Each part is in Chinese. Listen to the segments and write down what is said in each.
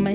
们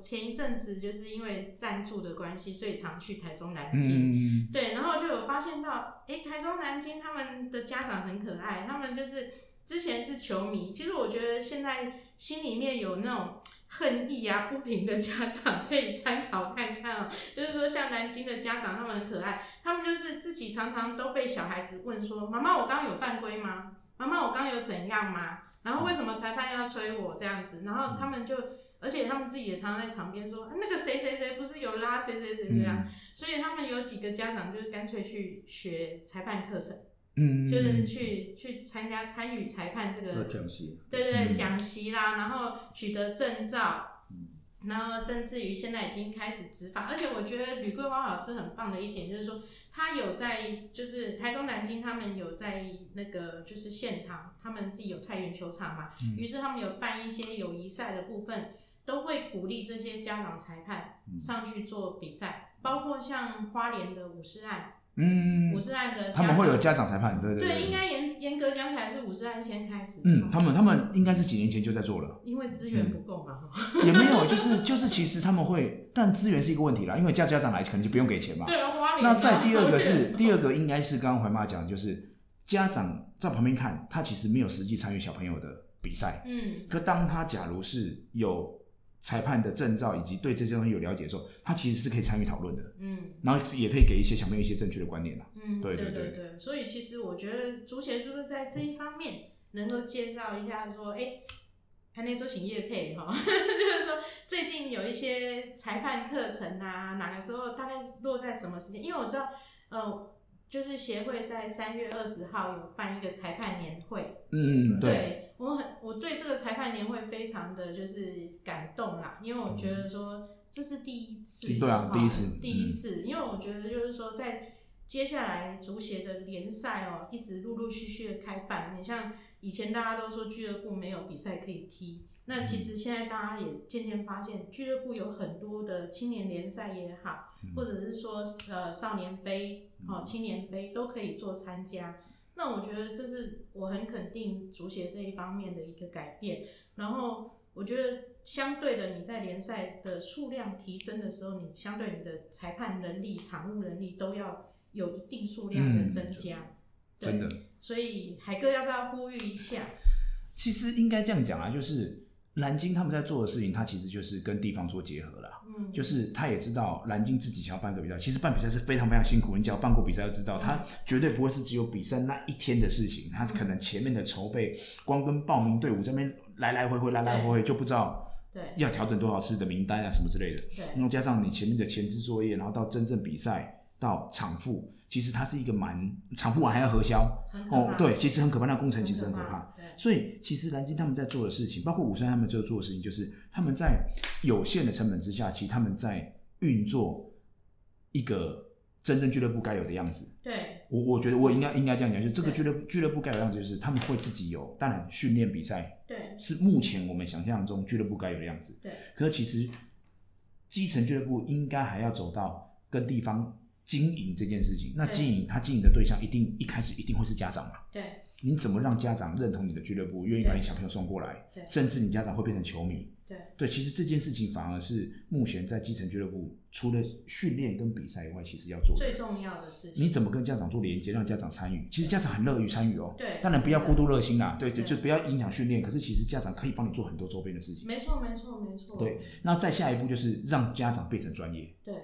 前一阵子就是因为赞助的关系，所以常去台中、南京。嗯，对，然后就有发现到，诶，台中、南京他们的家长很可爱，他们就是之前是球迷，其实我觉得现在心里面有那种恨意啊、不平的家长可以参考看看哦。 就是说，像南京的家长他们很可爱，他们就是自己常常都被小孩子问说：“妈妈，我刚刚有犯规吗？妈妈，我刚刚有怎样吗？”然后为什么裁判要催我这样子？然后他们就，而且他们自己也常常在场边说：“啊那个谁谁谁不是有拉谁谁谁这样。”所以他们有几个家长就是干脆去学裁判课程，嗯，就是去去参加参与裁判这要个，讲习，对对对，嗯讲习啦，然后取得证照，嗯，然后甚至于现在已经开始执法，而且我觉得吕桂花老师很棒的一点就是说，他有在就是台中南京他们有在那个就是现场，他们自己有太原球场嘛，嗯于是他们有办一些友谊赛的部分，都会鼓励这些家长裁判嗯上去做比赛，包括像花莲的五十案，嗯五，十案的他们会有家长裁判，对对对，应该严严格讲起来是五十案先开始，嗯，他们他们应该是几年前就在做了。因为资源不够嘛，也没有，就是就是，其实他们会，但资源是一个问题啦，因为叫家长来可能就不用给钱嘛。 对，啊花莲嗯那再第二个是，第二二个应该是刚刚怀妈讲的，就是家长在旁边看，他其实没有实际参与小朋友的比赛，嗯可当他假如是有裁判的证照以及对这些东西有了解的时候，他其实是可以参与讨论的，嗯然后也可以给一些小朋友一些正确的观念啦。嗯，对对对对对，所以其实我觉得足协是不是在这一方面能够介绍一下说，哎，还那周行业配哈， 就是说最近有一些裁判课程啊，哪个时候大概落在什么时间？因为我知道，呃，就是协会在三月二十号有办一个裁判年会，嗯，对，对我很，我对这个裁判年会非常的就是感动啦，因为我觉得说这是第一次，对哈啊嗯第一次第一嗯次，因为我觉得就是说在接下来足协的联赛哦，一直陆陆续续的开办，你像以前大家都说俱乐部没有比赛可以踢，那嗯其实现在大家也渐渐发现，俱乐部有很多的青年联赛也好，嗯或者是说呃少年杯、哦青年杯都可以做参加。那我觉得这是我很肯定足协这一方面的一个改变。然后我觉得相对的，你在联赛的数量提升的时候，你相对你的裁判能力、场务能力都要有一定数量的嗯增加。对真的。所以海哥要不要呼吁一下？其实应该这样讲啊，就是南京他们在做的事情，它其实就是跟地方做结合啦。嗯，就是他也知道南京自己想要办个比赛，其实办比赛是非常非常辛苦。你只要办过比赛就知道，他绝对不会是只有比赛那一天的事情，他可能前面的筹备，光跟报名队伍这边来来回回来来回回就不知道对要调整多少次的名单啊什么之类的。然对，后加上你前面的前置作业，然后到真正比赛到场复，其实它是一个蛮场复完还要核销很可哦怕，对，其实很可怕，那工程很其实很可可怕怕。对所以其实南京他们在做的事情，包括武山他们在做的事情，就是他们在有限的成本之下，其实他们在运作一个真正俱乐部该有的样子。对，我我觉得我应该应该这样讲，就是这个对俱乐俱乐部该有的样子，就是他们会自己有，当然训练比赛对，是目前我们想象中俱乐部该有的样子。对，可是其实基层俱乐部应该还要走到跟地方经营这件事情。那对经营他经营的对象一定一开始一定会是家长嘛？对，你怎么让家长认同你的俱乐部，愿意把你小朋友送过来对，甚至你家长会变成球迷？对，对，其实这件事情反而是目前在基层俱乐部除了训练跟比赛以外，其实要做的最。重要的事情。你怎么跟家长做连接，让家长参与？其实家长很乐于参与哦。对当然不要过度热心啦，对，对就就不要影响训练。可是其实家长可以帮你做很多周边的事情。没错，没错，没错。对，那再下一步就是让家长变成专业。对，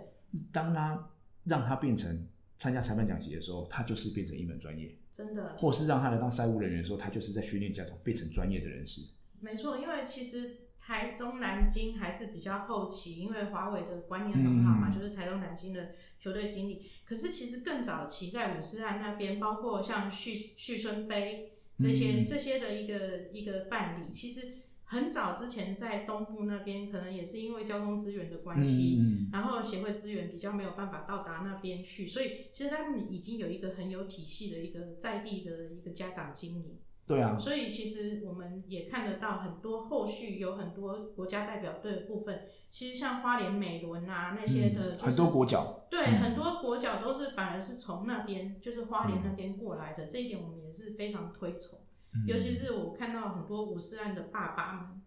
当他让他变成参加裁判讲习的时候，他就是变成一门专业。真的或是让他来当赛务人员的时候，他就是在训练家长变成专业的人士。没错，因为其实。台中南京还是比较后期，因为华伟的观念很好嘛，嗯就是台中南京的球队经理。可是其实更早期在伍思汉那边，包括像旭旭升杯这些、嗯这些的一个一个办理，其实很早之前在东部那边，可能也是因为交通资源的关系，嗯，然后协会资源比较没有办法到达那边去，所以其实他们已经有一个很有体系的一个在地的一个家长经营，对啊，所以其实我们也看得到很多后续有很多国家代表队的部分，其实像花莲美伦啊那些的、就嗯是很多国脚，对、嗯很多国脚都是反而是从那边就是花莲那边过来的，这一点我们也是非常推崇。嗯尤其是我看到很多五四案的爸爸们，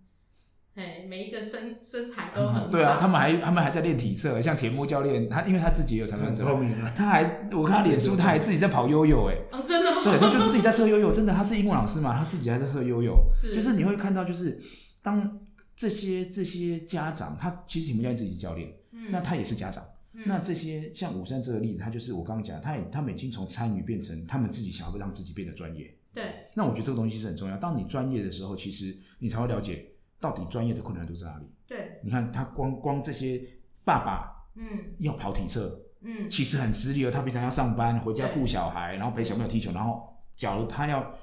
哎，每一个身身材都很很好好，对啊，他们还他们还在练体测，像铁木教练，他因为他自己也有长短很症，后面啊，他还我看他脸书，他还自己在跑悠悠哎，哦真的吗对，他就自己在测悠悠，真的，他是英文老师嘛，他自己还在测悠悠，是就是你会看到就是当这些这些家长，他其实铁木教练自己是教练，嗯那他也是家长。嗯那这些像武山这个例子，他就是我刚刚讲，他也他们已经从参与变成他们自己想要让自己变得专业。对那我觉得这个东西是很重要。当你专业的时候，其实你才会了解到底专业的困难度在哪里。对，你看他光光这些爸爸嗯要跑体测，嗯其实很吃力哦。他平常要上班，回家对顾小孩，然后陪小朋友踢球，然后假如他要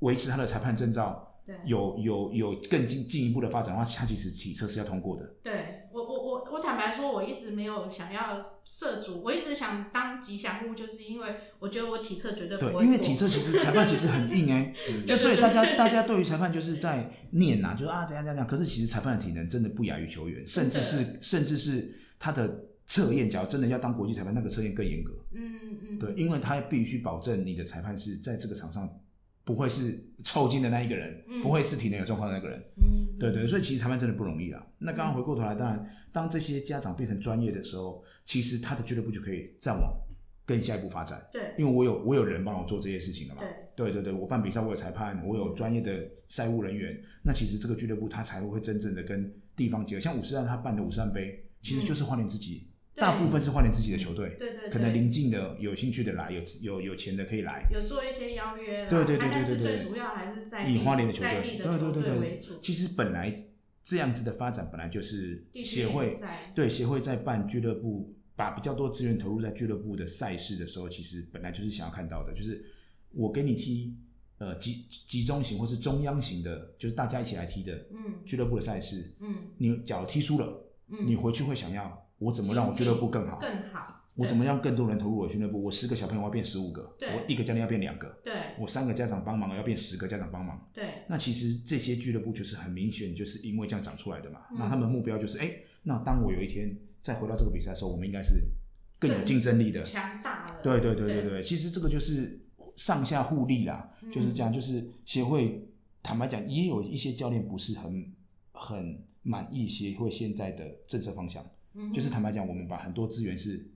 维持他的裁判证照，对有有有更进进一步的发展的话，他其实体测是要通过的。对，我我我我坦白说，我一直没有想要涉足，我一直想当吉祥物，就是因为我觉得我体测绝对不对会，因为体错测其实裁判其实很 硬哎、就所以大家大家对于裁判就是在念呐、就是啊怎样怎样怎样，可是其实裁判的体能真的不亚于球员，甚至是甚至是他的测验，假如真的要当国际裁判，那个测验更严格，嗯嗯对，因为他必须保证你的裁判是在这个场上不会是抽筋的那一个人，嗯不会是体能有状况的那个人，嗯对对，所以其实裁判真的不容易啦。那刚刚回过头来，当然当这些家长变成专业的时候，其实他的俱乐部就可以再往更下一步发展。对因为我有我有人帮我做这些事情了嘛。对对对对，我办比赛，我有裁判，我有专业的赛务人员，那其实这个俱乐部它才会真正的跟地方结合。像五十万他办的五十万杯，其实就是花莲自己，嗯对大部分是花莲自己的球队，对对，可能对邻近的有兴趣的来，有有有钱的可以来。有做一些邀约啦，对对对啊对但对是对，最主要还是在以地花莲的球在地队，对的球对对队为对主，，其实本来这样子的发展本来就是地区协会联赛对协会在办俱乐部，把比较多资源投入在俱乐部的赛事的时候，其实本来就是想要看到的，就是我给你踢呃集集中型或是中央型的，就是大家一起来踢的嗯俱乐部的赛事。嗯你假如踢输了，嗯，你回去会想要我怎么让我俱乐部更好？更好，我对怎么让更多人投入我的俱乐部？我十个小朋友要变十五个，对我一个教练要变两个，对我三个家长帮忙要变十个家长帮忙。对那其实这些俱乐部就是很明显，就是因为这样长出来的嘛。嗯那他们目标就是，哎、那当我有一天再回到这个比赛的时候，我们应该是更有竞争力的。强大了，对对对对对，其实这个就是上下互利啦，嗯就是这样。就是协会，坦白讲，也有一些教练不是很很满意协会现在的政策方向，嗯哼就是坦白讲，我们把很多资源是。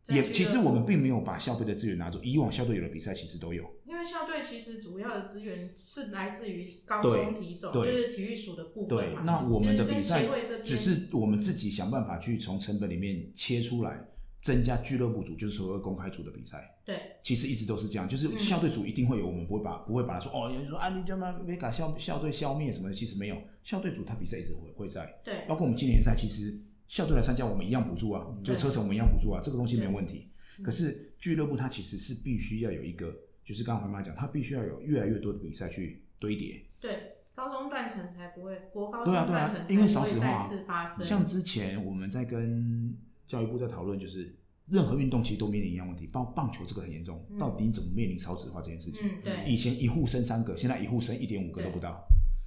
在俱乐也部其实我们并没有把校队的资源拿走，以往校队有的比赛其实都有，因为校队其实主要的资源是来自于高对中体总，就对是体育署的部分对嘛。，那我们的比赛其实跟协会这边只是我们自己想办法去从成本里面切出来，增加俱乐部组，就是所谓公开组的比赛。对其实一直都是这样，就是嗯校队组一定会有，我们不会把不会把它说哦，有人说啊，你干嘛没把校校队消灭什么的？其实没有，校队组他比赛一直会会在，对包括我们今年赛，其实校队来参加，我们一样补助啊，就嗯对车程我们一样补助啊，这个东西没有对问题嗯。可是俱乐部它其实是必须要有一个，就是刚刚黄妈讲，它必须要有越来越多的比赛去堆叠。对，高中断层才不会，国高中对啊断对啊层，才因不为少会子再化次发生。像之前我们在跟教育部在讨论，就是任何运动其实都面临一样问题，包括棒球这个很严重，嗯到底你怎么面临少子化这件事情？嗯对以前一户生三个，现在一户生一点五个都不到。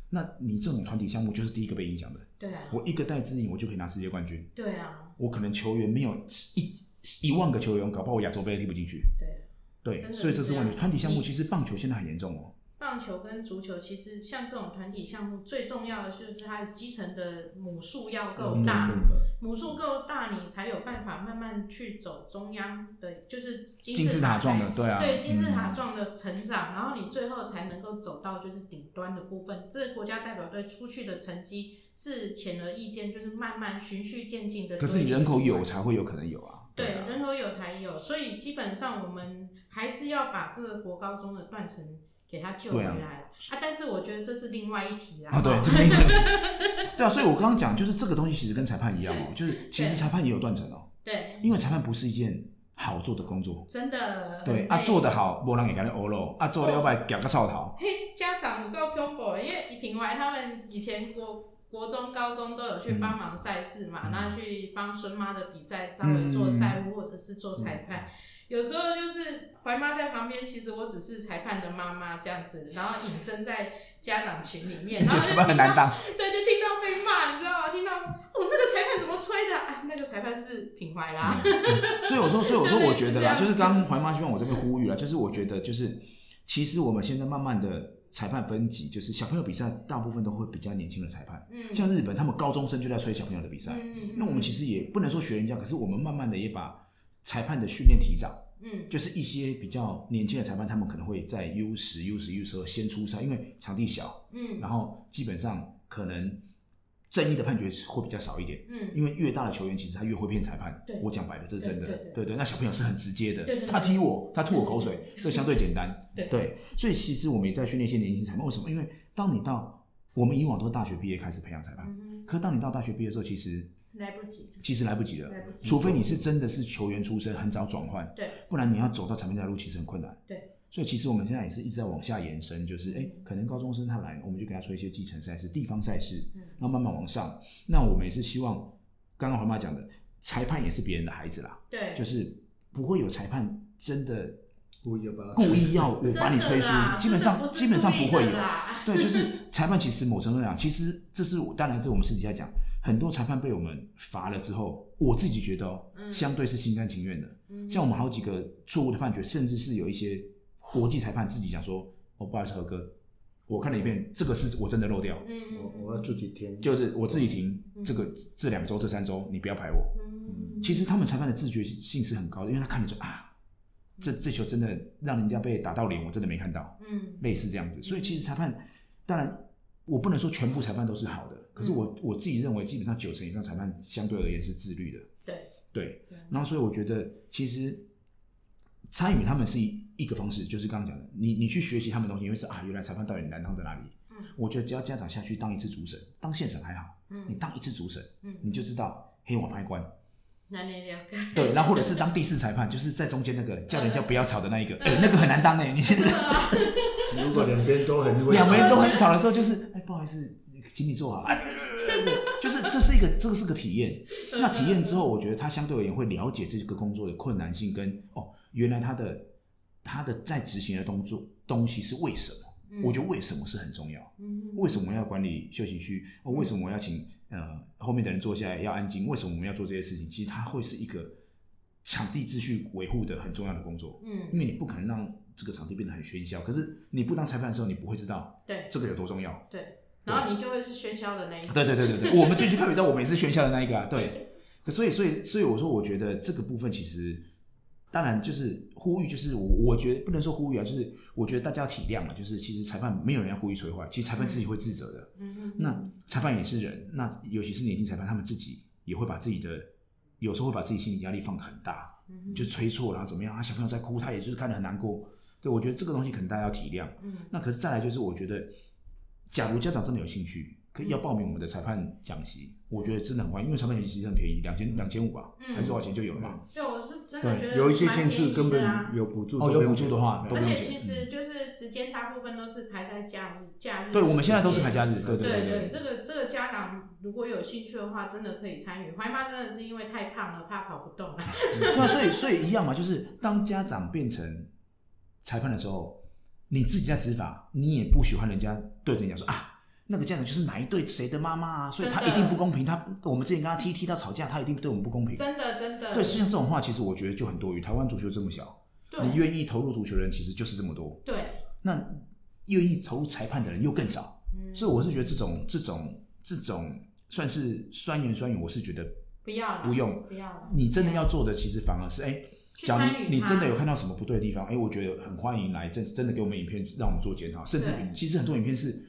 那你这种团体项目就是第一个被影响的。对啊我一个带资颖，我就可以拿世界冠军。对啊我可能球员没有一一万个球员，搞不好我亚洲杯都踢不进去。对，真对，的是所以这是问这题。样团体项目其实棒球现在很严重哦。棒球跟足球其实像这种团体项目，最重要的就是它的基层的母数要够嗯大，对母数够大，你才有办法慢慢去走中央的，就是金字塔状的来对啊对金字塔嗯状的成长，然后你最后才能够走到就是顶端的部分。这个国家代表队出去的成绩是显而易见，就是慢慢循序渐进的。可是你人口有才会有可能有啊。对，啊人口有才有，所以基本上我们还是要把这个国高中的断层给他救对回啊来了啊但是我觉得这是另外一题啦。啊， 对，这边 对啊，所以我刚刚讲就是这个东西其实跟裁判一样哦，就是其实对裁判也有断层哦，对，因为裁判不是一件好做的工作，真的。对啊，做得。好，无人会甲你恶咯，啊做哦了歹夹个臭头，嘿，家长有够恐怖的，因为品怀他们以前国国中、高中都有去帮忙赛事嘛，嗯然后去帮孙妈的比赛稍微做赛务或者是做裁判。有时候就是怀妈在旁边，其实我只是裁判的妈妈这样子，然后隐身在家长群里 面，然后就裁判很听难到，当，对，就听到被骂，你知道吗？听到哦，那个裁判怎么吹的？啊，那个裁判是品怀啦。嗯所以我说，所以我说，对啊我觉是得啦，这样就是刚刚怀妈希望我这边呼吁啦，就是我觉得就是，其实我们现在慢慢的裁判分级，就是小朋友比赛大部分都会比较年轻的裁判，嗯，像日本他们高中生就在吹小朋友的比赛，嗯那我们其实也不能说学人家，可是我们慢慢的也把裁判的训练提早。嗯就是一些比较年轻的裁判，他们可能会在 U 十、U 十、U 十二先出赛，因为场地小，嗯然后基本上可能正义的判决会比较少一点。嗯，因为越大的球员，其实他越会骗裁判。对我讲白了，这是真的。对对对那小朋友是很直接的，对对对他踢我，他吐我口水，这相对简单。对所以其实我们也在训练一些年轻裁判。为什么？因为当你到我们以往都是大学毕业开始培养裁判，嗯可当你到大学毕业的时候，其实来不及，其实来不及了，来不及除非你是真的是球员出身，很早转换，对，不然你要走到裁判这条路其实很困难。对。所以其实我们现在也是一直在往下延伸，就是哎、诶嗯可能高中生他来，我们就给他吹一些基层赛事、地方赛事，嗯然后慢慢往上。那我们也是希望，刚刚黄妈讲的，裁判也是别人的孩子啦，对，就是不会有裁判真的故意要把它故意要我呃真把你的吹输啦，基本上真的不是基本上故意不会的有。 啦对，就是裁判其实某程度上，其实这是我当然这我们私底下讲，很多裁判被我们罚了之后，我自己觉得哦，嗯相对是心甘情愿的。嗯像我们好几个错误的判决，甚至是有一些国际裁判自己讲说，哦，不好意思，何哥，我看了一遍，这个是我真的漏掉，嗯我我要住几天，就是我自己停，嗯这个这两周这三周你不要排我。嗯其实他们裁判的自觉性是很高的，因为他看得出啊，这这球真的让人家被打到脸，我真的没看到。嗯类似这样子。所以其实裁判，当然我不能说全部裁判都是好的，可是嗯我我自己认为，基本上九成以上裁判相对而言是自律的。对对，对然后所以我觉得其实参与他们是一一个方式，就是刚刚讲的，你你去学习他们的东西，你会是啊，原来裁判到底难当在哪里。嗯我觉得只要家长下去当一次主审，当现审还好，你嗯当一次主审，嗯，你就知道黑网拍官。那你了解对，然后或者是当第四裁判，就是在中间那个叫人家不要吵的那一嗯个，哎、那个很难当哎、你现在如果两边都很会两边都很吵的时候，就是哎，不好意思，请你坐好。啊、对就是这是一个这个是个体验。那体验之后，我觉得他相对而言会了解这个工作的困难性跟哦，原来他的他的在执行的动作东西是为什么？嗯我觉得为什么是很重要。为什么要管理休息区？哦，为什么我要请呃后面的人坐下来要安静？为什么我们要做这些事情？其实它会是一个场地秩序维护的很重要的工作。因嗯为你不可能让这个场地变得很喧嚣。可是你不当裁判的时候，你不会知道对这个有多重要。对，然后你就会是喧嚣的那一对对对对对，我们自己去看比赛，我们也是喧嚣的那一个啊。对，可所以所以所以我说，我觉得这个部分其实，当然就是呼吁，就是我我觉得不能说呼吁啊，就是我觉得大家要体谅嘛，就是其实裁判没有人要故意摧坏，其实裁判自己会自责的。嗯那裁判也是人，那尤其是年轻裁判，他们自己也会把自己的，有时候会把自己心理压力放得很大。嗯你就吹错，然后怎么样？啊，小朋友在哭，他也就是看得很难过。对，我觉得这个东西可能大家要体谅。嗯那可是再来就是，我觉得，假如家长真的有兴趣，可以要报名我们的裁判讲习，我觉得真的很欢迎，因为裁判讲习其实很便宜，两千两千五吧，嗯还是多少钱就有了嘛。对我是真的觉得有一些县蛮市便宜根的啊本有补助，哦有补助的哎话都而不用且钱其实嗯就是时间大部分都是排在假日，假日对，我们现在都是时间排假日，对对对对对。这个这个家长如果有兴趣的话，真的可以参与。怀妈真的是因为太胖了，怕跑不动了。 对啊，所以所以一样嘛，就是当家长变成裁判的时候，你自己在执法，你也不喜欢人家对着你讲说啊，那个家长就是哪一对谁的妈妈啊，所以他真的一定不公平，他我们之前跟他踢踢到吵架，他一定对我们不公平。真的真的。对，实际上这种话其实我觉得就很多余。台湾足球这么小，对你愿意投入足球的人其实就是这么多，对，那愿意投入裁判的人又更少，嗯所以我是觉得这种这种这种算是酸言酸语，我是觉得不要了，不用。不要了。你真的要做的，其实反而是哎。去假参如与你它真的有看到什么不对的地方，哎，我觉得很欢迎来真真的给我们影片，让我们做检讨。甚至对其实很多影片是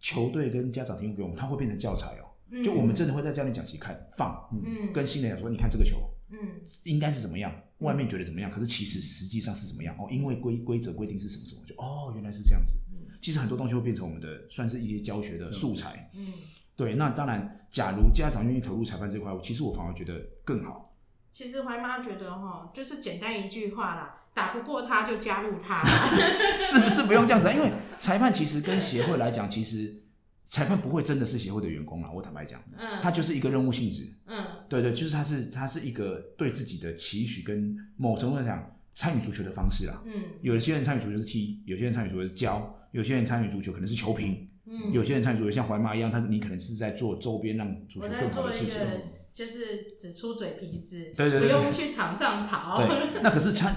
球队跟家长提供给我们，它会变成教材哦。嗯就我们真的会在教练讲席看放，嗯跟新人讲说，你看这个球嗯应该是怎么样，外面觉得怎么样，可是其实实际上是怎么样哦，因为规规则规定是什么什么，就哦原来是这样子。其实很多东西会变成我们的算是一些教学的素材。嗯，对，那当然，假如家长愿意投入裁判这块，其实我反而觉得更好。其实怀妈觉得哈，就是简单一句话啦，打不过他就加入他啦。 是是不用这样子啊，因为裁判其实跟协会来讲，其实裁判不会真的是协会的员工啊啦。我坦白讲，嗯，他就是一个任务性质。嗯对对，就是他是他是一个对自己的期许跟某程度上讲参与足球的方式啊啦。嗯有些人参与足球是踢，有些人参与足球是教，有些人参与足球可能是球评，嗯，有些人参与足球像怀妈一样，他你可能是在做周边让足球我在更好做的事一情。哦个就是只出嘴皮子，对对对对不用去场上跑。对， 那可是参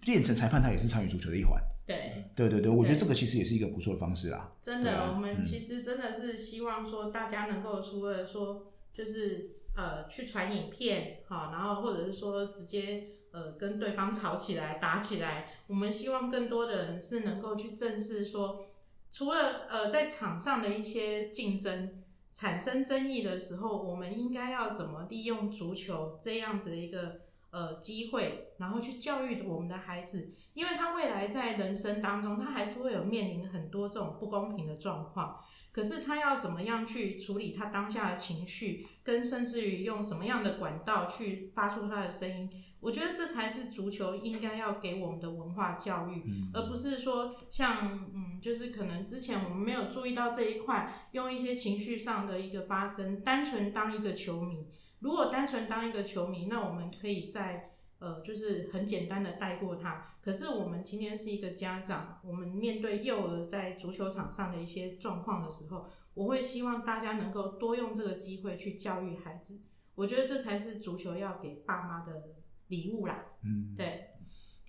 变成裁判，他也是参与足球的一环。 对，对对对，我觉得对这个其实也是一个不错的方式啦。真对的，啊我们嗯其实真的是希望说大家能够除了说就是呃去传影片哈，然后或者是说直接呃跟对方吵起来、打起来，我们希望更多的人是能够去正视说，除了呃在场上的一些竞争。产生争议的时候，我们应该要怎么利用足球这样子的一个呃机会，然后去教育我们的孩子，因为他未来在人生当中，他还是会有面临很多这种不公平的状况。可是他要怎么样去处理他当下的情绪，跟甚至于用什么样的管道去发出他的声音，我觉得这才是足球应该要给我们的文化教育，嗯而不是说像嗯，就是可能之前我们没有注意到这一块，用一些情绪上的一个发声，单纯当一个球迷。如果单纯当一个球迷，那我们可以在呃，就是很简单的带过他。可是我们今天是一个家长，我们面对幼儿在足球场上的一些状况的时候，我会希望大家能够多用这个机会去教育孩子。我觉得这才是足球要给爸妈的礼物啦。嗯，对，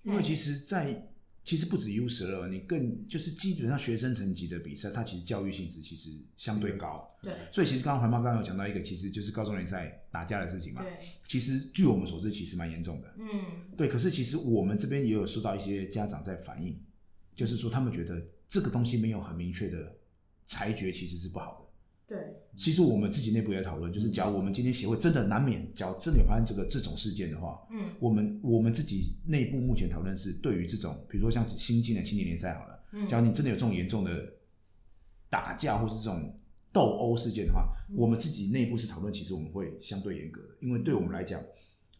因为对其实在，其实不止 U 十二，你更就是基本上学生层级的比赛，它其实教育性质其实相对高。对所以其实刚刚怀妈刚刚有讲到一个，其实就是高中联赛打架的事情嘛。对，其实据我们所知，其实蛮严重的。嗯对，可是其实我们这边也有收到一些家长在反映，就是说他们觉得这个东西没有很明确的裁决，其实是不好的。对，其实我们自己内部也在讨论，就是假如我们今天协会真的难免，假如真的有发生这个这种事件的话，嗯我们我们自己内部目前讨论是，对于这种比如说像新进的青年联赛好了，嗯，假如你真的有这种严重的打架或是这种斗殴事件的话，嗯我们自己内部是讨论，其实我们会相对严格的，因为对我们来讲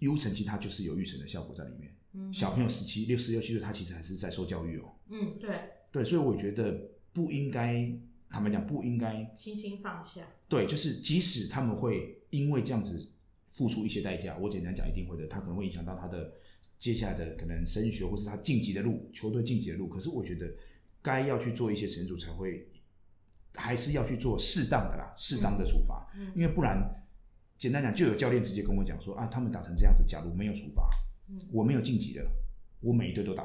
，U 成绩它就是有育成的效果在里面。嗯小朋友十七六十六七岁，他其实还是在受教育哦。嗯对，对，所以我觉得不应该，坦白讲不应该轻轻放下，对，就是即使他们会因为这样子付出一些代价，我简单讲一定会的，他可能会影响到他的接下来的可能升学或是他晋级的路，球队晋级的路。可是我觉得该要去做一些惩处，才会还是要去做适当的啦，适当的处罚，嗯因为不然。简单讲，就有教练直接跟我讲说啊，他们打成这样子，假如没有处罚，嗯，我没有晋级的，我每一队都打。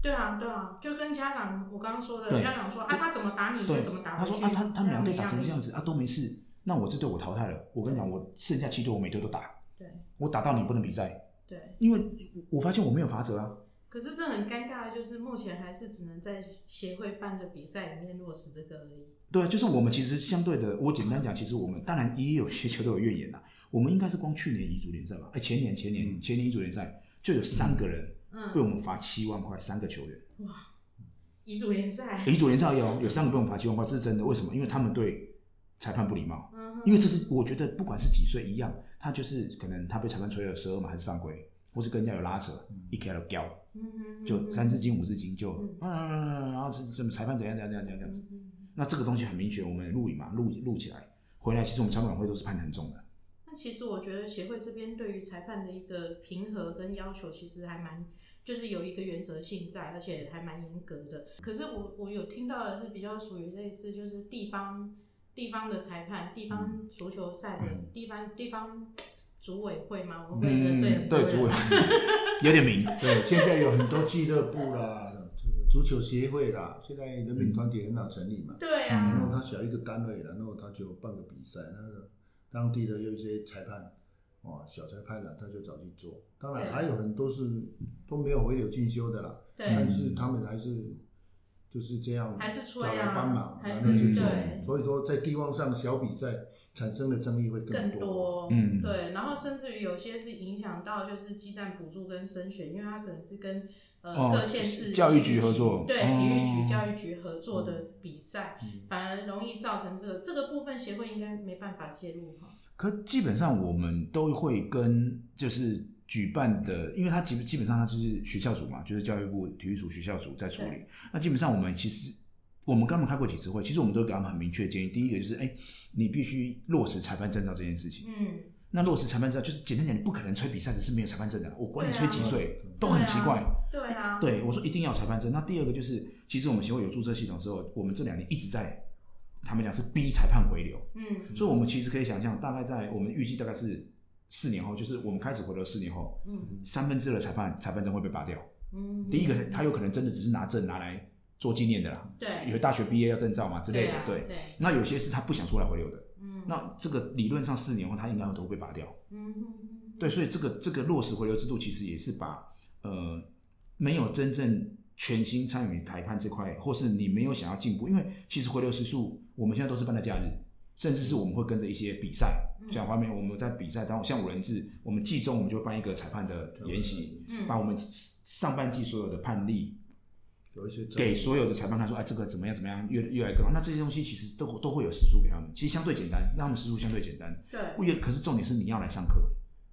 对啊对啊，就跟家长我刚刚说的，对家长说啊他怎么打你对，就怎么打他回说去，啊，他他们两队一打样成的这样意子思啊，都没事，那我这队我淘汰了。我跟你讲，我剩下七队，我每队都打，对我打到你不能比赛，对。因为我我发现我没有法则啊。可是这很尴尬的就是，目前还是只能在协会办的比赛里面落实这个而已。对啊，就是我们其实相对的，我简单讲，其实我们当然也有些球队有怨言啦。我们应该是光去年乙组联赛吧，哎，前年前年嗯前年乙组联赛就有三个人被我嗯，们罚七万块，三个球员。乙组联赛。乙组联赛有有三个被我们罚七万块，这是真的。为什么？因为他们对裁判不礼貌。嗯哼，因为这是我觉得不管是几岁一样，他就是可能他被裁判吹了十二码还是犯规，或是跟人家有拉扯，一开了胶嗯哼就三字经五字经就嗯嗯，然后什么裁判怎样怎样怎样怎样这样子。嗯嗯那这个东西很明显，我们录影嘛，录录起来，回来其实我们裁判委员会都是判得很重的。那其实我觉得协会这边对于裁判的一个平和跟要求，其实还蛮，就是有一个原则性在，而且还蛮严格的。可是我我有听到的是比较属于类似就是地方地方的裁判，地方嗯足球赛的、地方地方组委会嘛，我会得罪很多嗯对，人。主委有点名，对，现在有很多俱乐部啦，足球协会啦，现在人民团体很好成立嘛。对嗯啊。然后他小一个单位，然后他就办个比赛，那个当地的有一些裁判，哦，小裁判了，他就找去做。当然对还有很多是都没有回流进修的啦，对但是他们还是就是这样还是吹找啊来帮忙，还然是后去做对。所以说在地方上小比赛，产生的争议会更多。多，嗯对，然后甚至于有些是影响到就是鸡蛋补助跟升学，因为它可能是跟呃、哦各县市教育体局合作对哦体育局、教育局合作的比赛，嗯反而容易造成这个这个部分协会应该没办法介入哈。可基本上我们都会跟就是举办的，因为它基本基本上它就是学校组嘛，就是教育部体育署学校组在处理。那基本上我们其实我们跟他们开过几次会，其实我们都给他们很明确的建议。第一个就是，哎，你必须落实裁判证照这件事情。嗯，那落实裁判证照就是简单讲，你不可能吹比赛的是没有裁判证的，我管你吹几岁、对啊都很奇怪。对啊，对，我说一定要裁判证。那第二个就是，其实我们协会有注册系统之后，我们这两年一直在，他们讲是逼裁判回流。嗯所以我们其实可以想象，大概在我们预计大概是四年后，就是我们开始回流四年后，嗯三分之二的裁判裁判证会被拔掉。嗯，第一个，他有可能真的只是拿证拿来做纪念的啦，有对的大学毕业要证照嘛之类的，啊对。对，那有些是他不想出来回流的，嗯那这个理论上四年后他应该都会被拔掉。嗯嗯对，所以这个这个落实回流制度其实也是把呃没有真正全心参与裁判这块，或是你没有想要进步，因为其实回流时速我们现在都是办在假日，甚至是我们会跟着一些比赛，嗯像外面我们在比赛当中，像五人制，我们季中我们就会办一个裁判的研习，嗯把我们上半季所有的判例有一些争给议所有的裁判看说，哎，这个怎么样怎么样，越越来越更好。那这些东西其实都都会有时数给他们，其实相对简单，让他们时数相对简单。对，不也可是重点是你要来上课，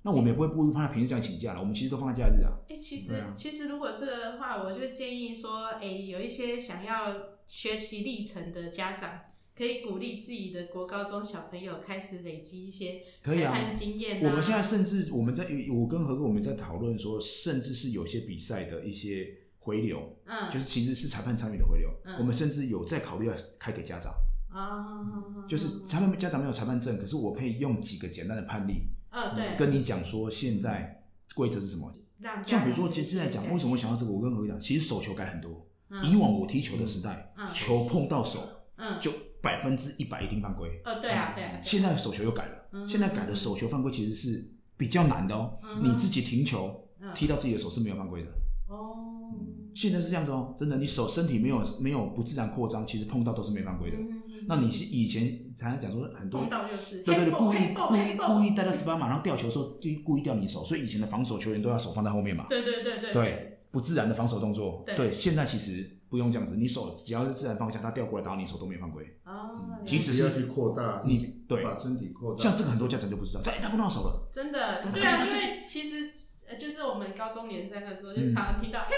那我们也不会不怕平时这样请假了，我们其实都放在假日啊。哎、其实、对啊其实如果这个的话，我就建议说，哎、有一些想要学习历程的家长，可以鼓励自己的国高中小朋友开始累积一些可以啊裁判经验、啊我们现在甚至我们在我跟何哥我们在讨论说，甚至是有些比赛的一些回流，嗯，就是其实是裁判参与的回流，嗯我们甚至有在考虑要开给家长，啊，就是裁判家长没有裁判证，可是我可以用几个简单的判例呃，对，嗯跟你讲说现在规则是什么。让家像比如长说，有其一实在些讲感为什么我想到这个，我跟何哥讲，其实手球改很多。嗯以往我踢球的时代，嗯球碰到手嗯，就百分之一百一定犯规。呃，对啊，对啊，对啊哎 现在手球又改了，嗯现在改的手球犯规其实是比较难的哦，嗯哼你自己停球、嗯踢到自己的手是没有犯规的。哦，现在是这样子哦，真的，你手身体没有没有不自然扩张，其实碰到都是没犯规的。嗯嗯嗯那你是以前常常讲说很多碰，到就是对对黑对，故豹意黑豹故黑意豹故意带到十八码，然后吊球的时候就故意吊你手，所以以前的防守球员都要手放在后面嘛，对对对对对，不自然的防守动作，对对，现在其实不用这样子，你手只要是自然方向，他吊过来打到你手都没犯规。哦，即使不是要去扩大，你对把身体扩大，像这个很多家长就不知道，哎，他碰到手了。真的，对对这啊，个因嗯这为其实呃，就是我们高中联赛的时候，就嗯常常听到黑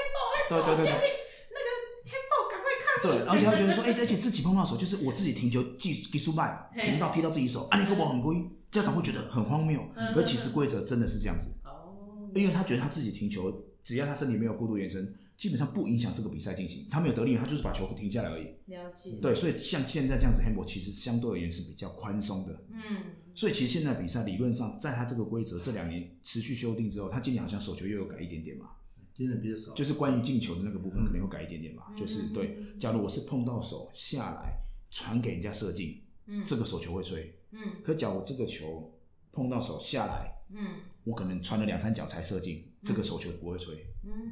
对豹黑对豹，对教对育那个黑豹赶快看 对，而且他觉得说，哎、而且自己碰到手，就是我自己停球技技术慢，嘿停到踢到自己手，啊，你给我很规，家长会觉得很荒谬嗯，可其实规则真的是这样子，哦，因为他觉得他自己停球，只要他身体没有过度延伸，基本上不影响这个比赛进行，他没有得利，他就是把球停下来而已。了解，对，所以像现在这样子 handball 其实相对而言是比较宽松的，嗯，所以其实现在比赛理论上，在他这个规则这两年持续修订之后，他今年好像手球又有改一点点嘛，今天比较少，就是关于进球的那个部分可能会改一点点吧，嗯就是对，假如我是碰到手下来传给人家射进，嗯这个手球会吹，嗯可假如这个球碰到手下来，嗯我可能传了两三脚才射进，这个手球不会吹，嗯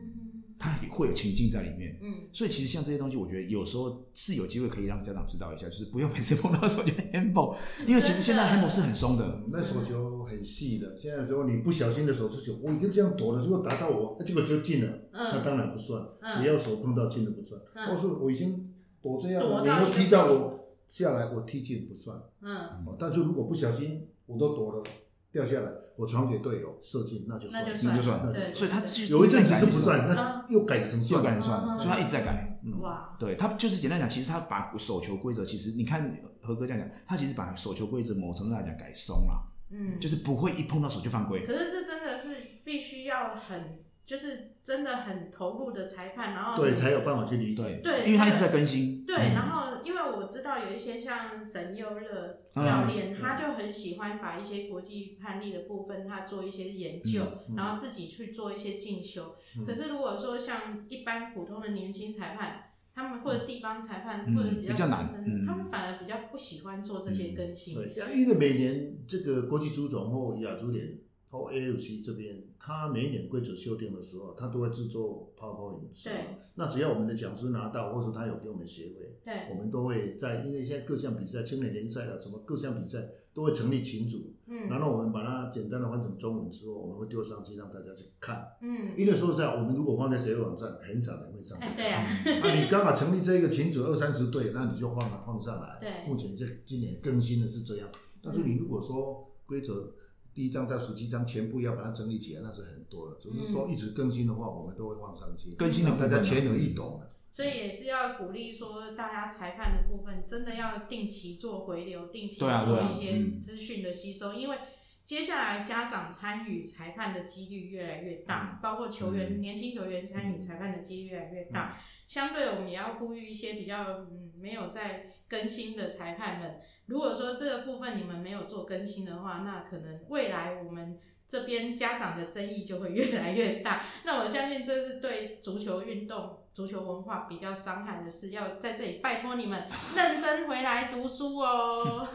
它也会有情境在里面。嗯，所以其实像这些东西，我觉得有时候是有机会可以让家长知道一下，就是不用每次碰到手就 handball，因为其实现在 handball 是很松的，嗯那手球很细的，现在如果你不小心的手出球，我已经这样躲了，如果打到我，那结果就进了，那当然不算，嗯只要手碰到进的不算。嗯我说我已经躲这样躲了，你到又一个踢到我下来，我踢进不算。嗯，哦，但是如果不小心我都躲了掉下来，我传给队友射进，那就那算就了。你就算算，对，所以它其实有一阵在子改是的时不候算，啊那又改成又算改了。成算嗯了，所以他一直在改。嗯哇，对他就是简单讲，其实他把手球规则，其实你看何哥这样讲，他其实把手球规则某程度来讲改松了，嗯，就是不会一碰到手就犯规。可是这真的是必须要很，就是真的很投入的裁判，然后对，才有办法去理解。对因为他一直在更新。对，嗯然后因为我知道有一些像沈佑乐嗯教练，他就很喜欢把一些国际判例的部分，他做一些研究，嗯嗯然后自己去做一些进修。嗯可是如果说像一般普通的年轻裁判，他们或者地方裁判、嗯或者比较难资深嗯他们反而比较不喜欢做这些更新。对，因为每年这个国际足总或亚足联或 AFC 这边，他每一年规则修订的时候，他都会制作 PowerPoint 是吧对那只要我们的讲师拿到，或者他有给我们协会，对我们都会在，因为现在各项比赛、青年联赛啊，什么各项比赛都会成立群组，嗯然后我们把它简单的换成中文之后，我们会丢上去让大家去看。嗯，因为说实在，我们如果放在谁网站，很少人会上去哎看。对啊，那你刚好成立这一个群组二三十对，那你就放了放上来。对目前这今年更新的是这样，但是你如果说规则第一章到十七章全部要把它整理起来，那是很多了。只是说一直更新的话，我们都会放上去，嗯更新的让部分大啊家全有一懂。所以也是要鼓励说大家裁判的部分真的要定期做回流，定期对啊做对啊一些嗯资讯的吸收，因为。接下来，家长参与裁判的几率越来越大，包括球员、嗯年轻球员参与裁判的几率越来越大。相对，我们也要呼吁一些比较嗯没有在更新的裁判们，如果说这个部分你们没有做更新的话，那可能未来我们这边家长的争议就会越来越大。那我相信这是对足球运动、足球文化比较伤害的事，要在这里拜托你们认真回来读书 哦。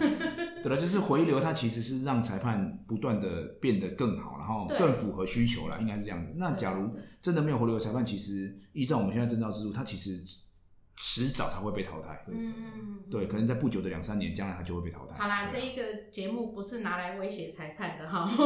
对了，啊就是回流，它其实是让裁判不断的变得更好，然后对更符合需求啦，应该是这样子。那假如真的没有回流的裁判，其实依照我们现在征召制度，它其实迟早它会被淘汰。嗯，对，可能在不久的两三年，将来它就会被淘汰。好啦，这对啊一个节目不是拿来威胁裁判的哈。 不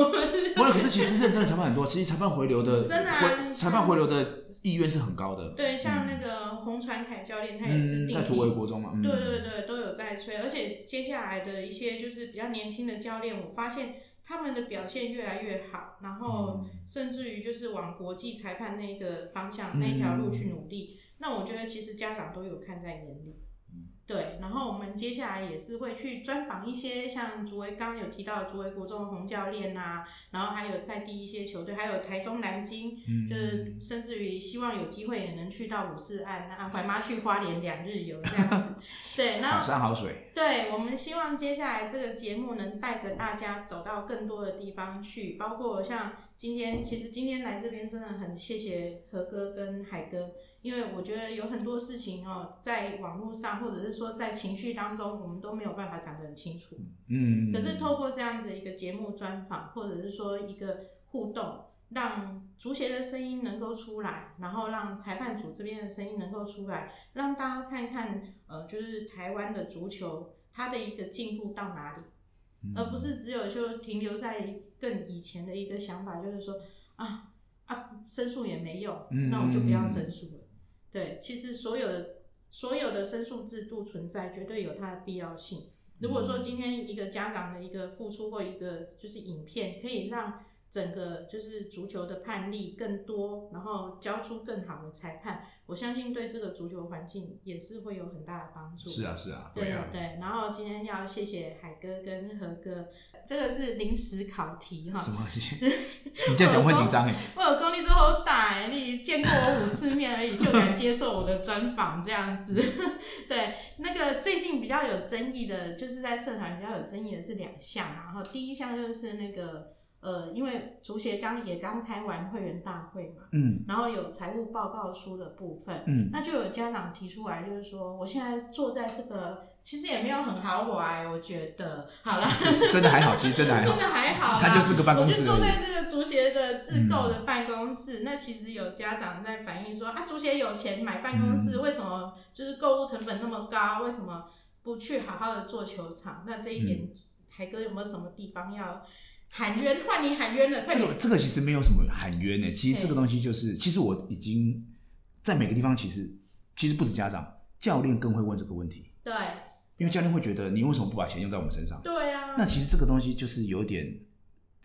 是，可是其实认真的裁判很多，其实裁判回流的真的啊你回裁像判回流的意愿是很高的。对，像嗯那个洪传凯教练，他也是嗯，定在期土维国中嘛，嗯，对对对，都有在吹，而且接下来的一些就是比较年轻的教练，我发现他们的表现越来越好，然后嗯甚至于就是往国际裁判那个方向、嗯那一条路去努力。那我觉得其实家长都有看在眼里嗯。对，然后我们接下来也是会去专访一些像竹围刚刚有提到的竹围国中的洪教练呐、然后还有在地一些球队，还有台中南京嗯，就是甚至于希望有机会也能去到五四岸，那怀妈去花莲两日游这样子。对，然好后山好水，对我们希望接下来这个节目能带着大家走到更多的地方去，包括像今天，其实今天来这边真的很谢谢何哥跟海哥，因为我觉得有很多事情哦，在网络上或者是说在情绪当中，我们都没有办法讲得很清楚。嗯，可是透过这样的一个节目专访，或者是说一个互动，让足协的声音能够出来，然后让裁判组这边的声音能够出来，让大家看看，呃，就是台湾的足球它的一个进步到哪里，嗯而不是只有就停留在更以前的一个想法，就是说啊啊申诉也没用，嗯那我就不要申诉了。对，其实所有的所有的申诉制度存在，绝对有它的必要性。如果嗯说今天一个家长的一个付出或一个就是影片，可以让整个就是足球的判例更多，然后教出更好的裁判，我相信对这个足球环境也是会有很大的帮助。是啊是啊，对啊，对，然后今天要谢谢海哥跟何哥，这个是临时考题哈 什。么？ 你这样讲我会紧张哎。 我有功力之后打欸，你见过我五次面而已，就敢接受我的专访这样子。 对，那个最近比较有争议的，就是在社团比较有争议的是两项啊，然后第一项就是那个呃，因为足协刚也刚开完会员大会嘛，嗯然后有财务报告书的部分，嗯，那就有家长提出来，就是说我现在坐在这个，其实也没有很豪华欸、我觉得，好啦， 这真的还好，其 实真的还真好的。还好啦，它就是个办公室嗯我就而已坐在这个足协的自购的办公室，那其实有家长在反映说，啊，足协有钱买办公室，嗯为什么就是购物成本那么高？为什么不去好好的做球场？那这一嗯点，海哥有没有什么地方要喊冤？换你喊冤了，快这点个！这个其实没有什么喊冤呢，其实这个东西就是，其实我已经在每个地方，其实其实不止家长，教练更会问这个问题，对因为教练会觉得你为什么不把钱用在我们身上？对啊，那其实这个东西就是有点，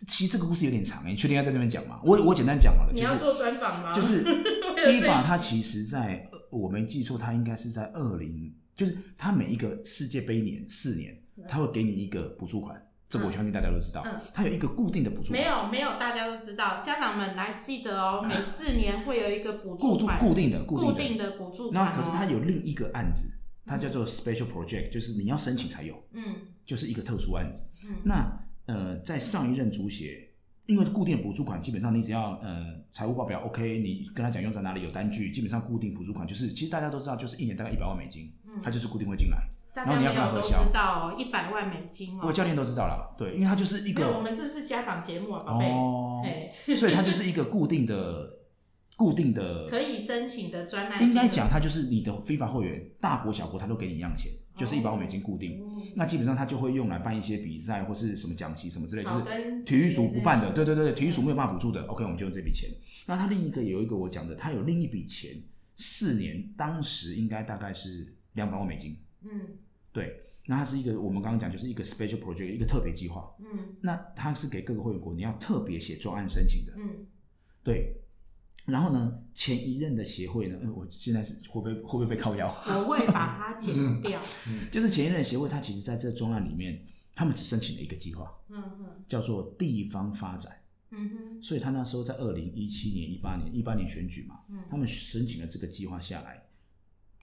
其实这个故事有点长哎，你确定要在这边讲吗？我我简单讲好了，你就要是做专访吗？啊就是 为了这一 FIFA 它其实在，呃我没记错，它应该是在二零，就是它每一个世界杯年四年嗯，它会给你一个补助款，这个我嗯相信大家都知道嗯，它有一个固定的补助款，没有没有，大家都知道，家长们来记得哦，每四年会有一个补固助定款，啊固定的固固定的。的补助款、那哦。可是它，有另一个案子，它叫做 special project，就是你要申请才有，嗯就是一个特殊案子。嗯，那呃，在上一任足协，因为固定补助款，基本上你只要呃财务报表 OK，你跟他讲用在哪里有单据，基本上固定补助款就是，其实大家都知道，就是一年大概一百万美金嗯，它就是固定会进来。大然后家你没要跟他有核都销知道哦，一百万美金哦。嗯哎我教练都知道了，对，因为它就是一没有，我个们这是家长节目啊，宝贝。哦，哎， 所以它就是一个固定的、固定的，可以申请的专栏啊应该讲它就是你的非法会员，大国小国它都给你一样的钱，就是一百五美金固定。哦那基本上它就会用来办一些比赛或是什么奖席什么之类，就草根是体育署不办的，之类对的对对，体育署没有办法补助的。OK，我们就用这笔钱。那它另一个有一个我讲的，它有另一笔钱，四年当时应该大概是两百万美金。嗯对，那它是一个我们刚刚讲就是一个 special project，一个特别计划。嗯那它是给各个会员国你要特别写专案申请的。嗯，对。然后呢，前一任的协会呢，呃，我现在是会不会会不会被靠腰？ 嗯我会把它剪掉。就是前一任协会，它其实在这个专案里面，他们只申请了一个计划，嗯嗯叫做地方发展。嗯哼所以他那时候在二零一七年、一八年、一八年选举嘛，嗯他们申请了这个计划下来，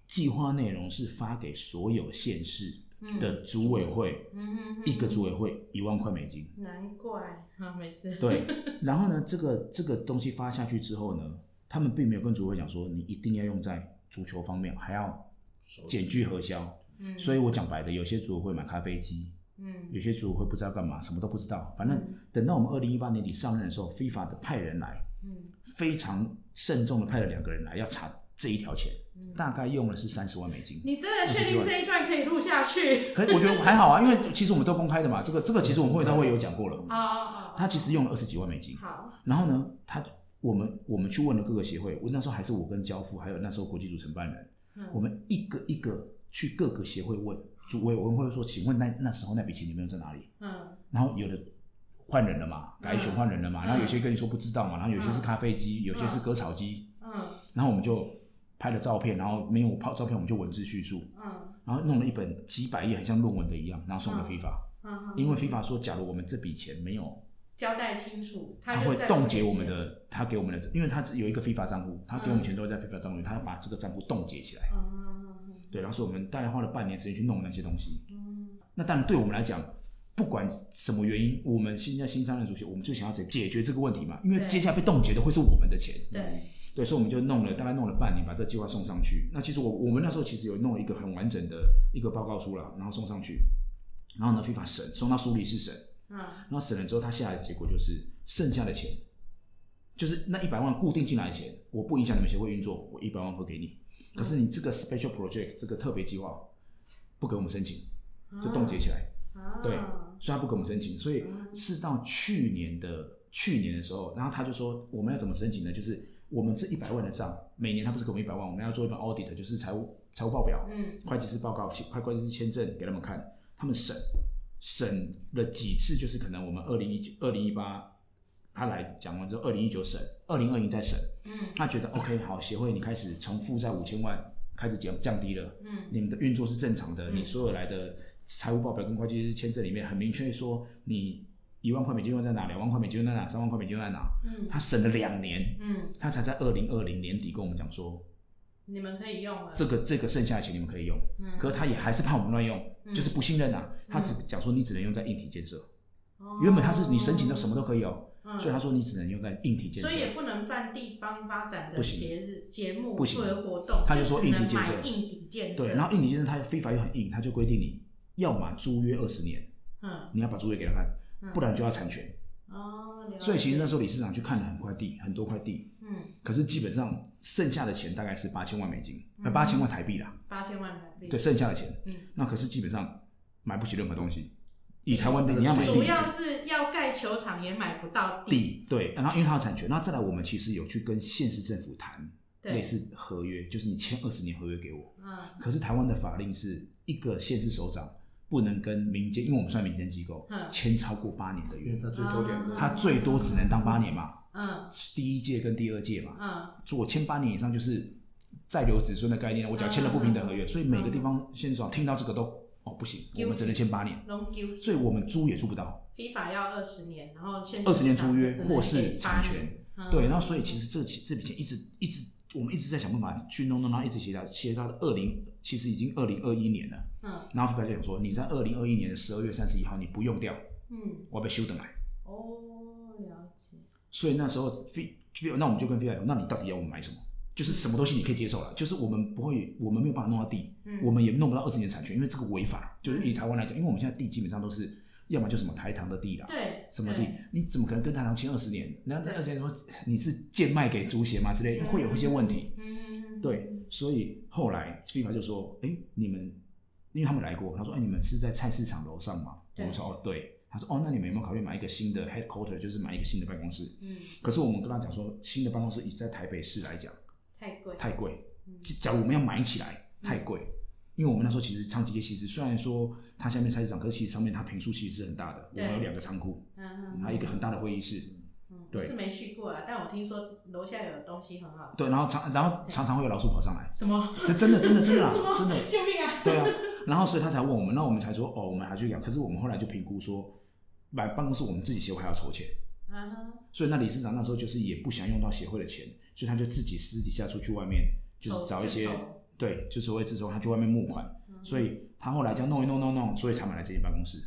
计划内容是发给所有县市的组委会，嗯哼哼，一个组委会一万块美金。难怪，好没事。对，然后呢，这个这个东西发下去之后呢，他们并没有跟组委会讲说你一定要用在足球方面，还要减去核销。嗯，所以我讲白的，有些组委会买咖啡机，嗯有些组委会不知道干嘛，什么都不知道。反正嗯等到我们二零一八年底上任的时候，FIFA 的派人来，嗯非常慎重的派了两个人来要查这一条钱，嗯，大概用了是三十万美金。你真的确定这一段可以录下去？可是我觉得还好啊，因为其实我们都公开的嘛，这个这个其实我们会上会有讲过了，啊啊，他其实用了二十几万美金。好，然后呢，他我们我们去问了各个协会，我那时候还是我跟交付，还有那时候国际组承办人，嗯我们一个一个去各个协会问，组委我们会说，请问那那时候那笔钱你们用在哪里？嗯然后有的换人了嘛，改选换人了嗯嘛，然后有些跟你说不知道嘛，然后有些是咖啡机，有些是嗯割草机，嗯然后我们就拍了照片，然后没有拍照片我们就文字叙述，嗯然后弄了一本几百页很像论文的一样，然后送给嗯 FIFA，、嗯，因为 FIFA 说，假如我们这笔钱没有交代清楚，他就会在冻结我们的，他给我们的，因为他只有一个非法账户，他给我们钱都在非法账户，他要把这个账户冻结起来。嗯。嗯嗯对，然后所以我们大概花了半年时间去弄那些东西。嗯那当然对我们来讲，不管什么原因，我们现在新上任主席，我们就想要解解决这个问题嘛，因为对接下来被冻结的会是我们的钱。对，对，所以我们就弄了大概弄了半年，把这个计划送上去。那其实我我们那时候其实有弄了一个很完整的一个报告书啦，然后送上去，然后呢非法审，送到苏黎世审，嗯然后审了之后，他下来的结果就是剩下的钱，就是那一百万固定进来的钱，我不影响你们协会运作，我一百万会给你。可是你这个 special project 这个特别计划不给我们申请，就冻结起来。嗯啊，对，所以他不给我们申请，所以嗯是到去年的去年的时候，然后他就说我们要怎么申请呢？就是我们这一百万的账，每年他不是给我们一百万，我们要做一份 audit，就是财务财务报表，嗯会计师报告、会会计师签证给他们看，他们审审了几次，就是可能我们二零一九、二零一八他来讲完之后，二零一九审，二零二零再审，嗯他觉得 OK 好，协会你开始从负债五千万开始降降低了，嗯你们的运作是正常的，嗯你所有来的财务报表跟会计师签证里面很明确说你一万块美金用在哪，两万块美金用在哪，三万块美金用在哪，嗯他审了两年，嗯，他才在二零二零年底跟我们讲说，你们可以用了，这个这个剩下的钱你们可以用，嗯可是他也还是怕我们乱用，嗯就是不信任啊，他只讲说你只能用在硬体建设，原本他是你申请到什么都可以哦，哦嗯所以他说你只能用在硬体建设所以，也不能办地方发展的不行节日、节目不行或者活动，他就说只硬体能建买设硬体建设。对，然后硬体建设它非法又很硬，他就规定你要么租约二十年，嗯你要把租约给他嗯看，不然就要产权。哦，了解所以其实那时候理事长去看了很块地，很多块地，嗯可是基本上剩下的钱大概是八千万美金，呃嗯八千万台币啦，八千万台币，对，剩下的钱，嗯，那可是基本上买不起任何东西。以台湾的你要买主地，要是要盖球场也买不到地，地对，然后因为它有产权，那再来我们其实有去跟县市政府谈对类似合约，就是你签二十年合约给我。嗯可是台湾的法令是一个县市首长不能跟民间，因为我们算民间机构嗯，签超过八年的因为约，他最多两个人，他最多只能当八年嘛，嗯第一届跟第二届嘛。嗯我签八年以上就是再留子孙的概念，我只要签了不平等合约，嗯所以每个地方县长听到这个都哦不行，我们只能签八年，龙丢所以我们租也租不到， FIFA 要二十年，然后现在二十年租约只能或是给八产年权，嗯对，然后所以其实这这笔钱一直一直我们一直在想办法去弄弄，然后一直协调协调到二零，其实已经二零二一年了，嗯然后副台就讲说你在二零二一年的十二月三十一号你不用掉，嗯我要被修等来，哦，了解，所以那时候非那我们就跟非常讲，那你到底要我们买什么？就是什么东西你可以接受了，就是我们不会，我们没有办法弄到地，嗯我们也弄不到二十年产权，因为这个违法。就是以嗯台湾来讲，因为我们现在地基本上都是，要么就什么台糖的地啦，对，什么地对，你怎么可能跟台糖签二十年？然后那二十年说你是贱卖给足协嘛之嗯类，会有一些问题。嗯，嗯对，，所以后来 FIFA 就说，哎，你们因为他们来过，他说：“哎，你们是在菜市场楼上吗？”我对们说：“哦，对。”他说：“哦，那你们有没有考虑买一个新的 headquarter，就是买一个新的办公室？”嗯，可是我们跟他讲说，新的办公室以在台北市来讲太贵，太贵，嗯假如我们要买起来太贵，因为我们那时候其实昌吉街其实虽然说它下面菜市场，可是其实上面它平数其实是很大的，我对们有两个仓库，嗯，还有一个很大的会议室，嗯，对是没去过啊，但我听说楼下有东西很好吃，对，然后常然后常常会有老鼠跑上来，什么？这真的真的真 的什啦么真的，救命啊！对啊，然后所以他才问我们，那我们才说哦，我们还去养，可是我们后来就评估说，买办公室我们自己协会还要筹钱，啊哈，所以那理事长那时候就是也不想用到协会的钱，所以他就自己私底下出去外面，就是筹找一自些筹嗯对，就是会自筹，他去外面募款，所以他后来这样弄一弄弄一弄，所以才买了这间办公室，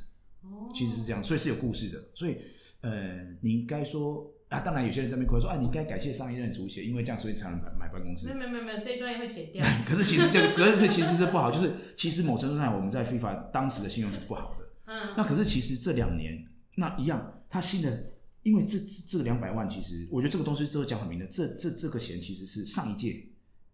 哦，其实是这样，所以是有故事的，所以呃，你应该说啊，当然有些人在那边哭说啊，你应该感谢上一任主席，因为这样所以才能买买办公室没有，没有没有没有，这一段也会剪 掉，可是其实这个，可是其实是不好，就是其实某程度上我们在 FIFA 当时的信用是不好的。嗯，那可是其实这两年，那一样，他新的，因为这这这两百万，其实我觉得这个东西都讲很明的，这这这个钱其实是上一届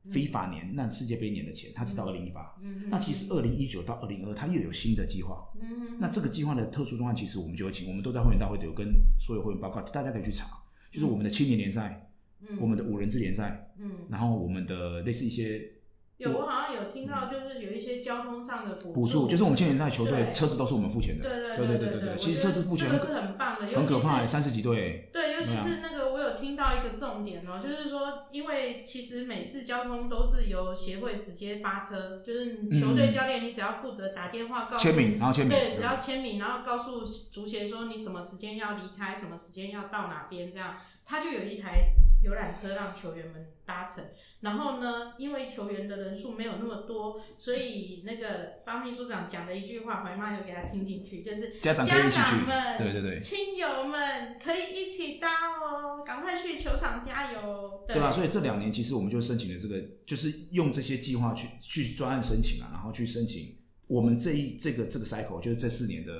嗯 FIFA 年那世界杯年的钱，它直到二零一八。嗯哼那其实二零一九到二零二，它又有新的计划。嗯哼，那这个计划的特殊状况，其实我们就会请，我们都在会员大会有跟所有会员报告，大家可以去查，就是我们的青年联赛，嗯我们的五人制联赛，嗯，然后我们的类似一些有我好像有听到，就是有一些交通上的补补助，就是我们青年赛球队对车子都是我们付钱的，对对对对对对其实车子付钱我觉得很这可个是很棒的尤很其可怕欸，是三十几队欸，对，尤其对啊是那个，我有听到一个重点哦、就是说，因为其实每次交通都是由协会直接发车，就是球队嗯教练你只要负责打电话告诉签名，然后签嗯名，对，只要签名，然后告诉足协说你什么时间要离开，什么时间要到哪边，这样他就有一台游览车让球员们搭乘。然后呢，因为球员的人数没有那么多，所以那个方秘书长讲的一句话，怀妈有给他听进去，就是家长可以一起去们、对对对亲友们可以一起搭哦，赶快去球场加油。对啊吧？所以这两年其实我们就申请了这个，就是用这些计划去去专案申请啊，然后去申请我们这一这个这个 cycle 就是这四年的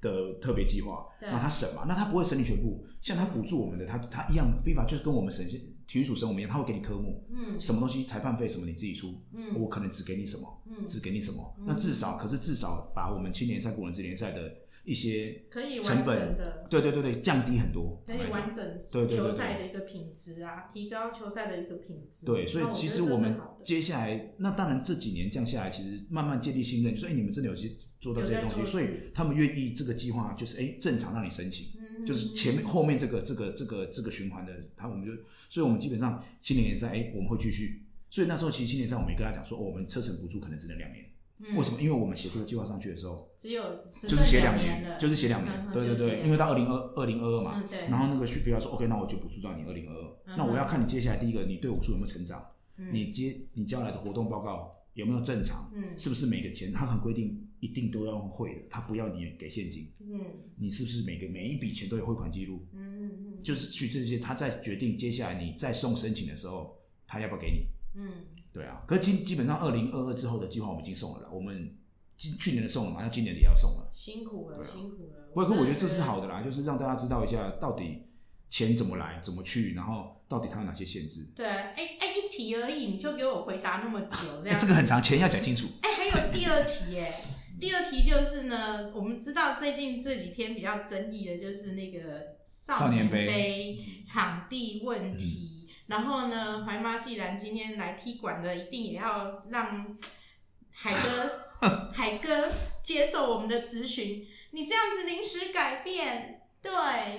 的特别计划，对那他审嘛，那他不会审理全部，像他补助我们的，他他一样非法就是跟我们审体育署审我们一样，他会给你科目，嗯什么东西裁判费什么你自己出，嗯我可能只给你什么，嗯只给你什么嗯，那至少可是至少把我们青年赛、国人职联赛的一些可以成完本整的，对对对对，降低很多，可以完整对对对球对赛的一个品质啊，提高球赛的一个品质。对，所以那其觉实得这我是们好的接下来，那当然这几年降下来，其实慢慢建立信任，就是哎、你们真的有去做到这些有在东西，做所以事他们愿意这个计划就是哎、正常让你申请，嗯就是前面后面这个这个这个这个循环的，他我们就，所以我们基本上青年联赛哎、我们会继续，所以那时候其实青年联赛我们也跟他讲说，哦我们车程补助可能只能两年，嗯为什么？因为我们写这个计划上去的时候。只有只就是剩写两年了，就是写两年嗯，嗯对对就是写对，两因为到二零二二零二二嘛嗯，对然后那个续费要说 OK，那我就补助到你二零二嗯二，那我要看你接下来第一个你对武术有没有成长，嗯你接你将来的活动报告有没有正常，嗯是不是每个钱他很规定一定都要用汇的，他不要你给现金，嗯你是不是每个每一笔钱都有汇款记录，嗯嗯嗯，就是去这些他再决定接下来你再送申请的时候他要不要给你，嗯对啊，可是基基本上二零二二之后的计划我们已经送了啦，我们今去年的送了嘛，那今年的也要送了。辛苦了辛苦了。啊不过我觉得这是真的好的啦，就是让大家知道一下到底钱怎么来、怎么去，然后到底它有哪些限制。对啊，哎哎一题而已，你就给我回答那么久这哎、样这。个很长，钱要讲清楚。哎，还有第二题耶。第二题就是呢，我们知道最近这几天比较争议的就是那个少年年杯嗯场地问题。然后呢，怀妈既然今天来踢馆了，一定也要让海哥 海哥接受我们的咨询。你这样子临时改变，对，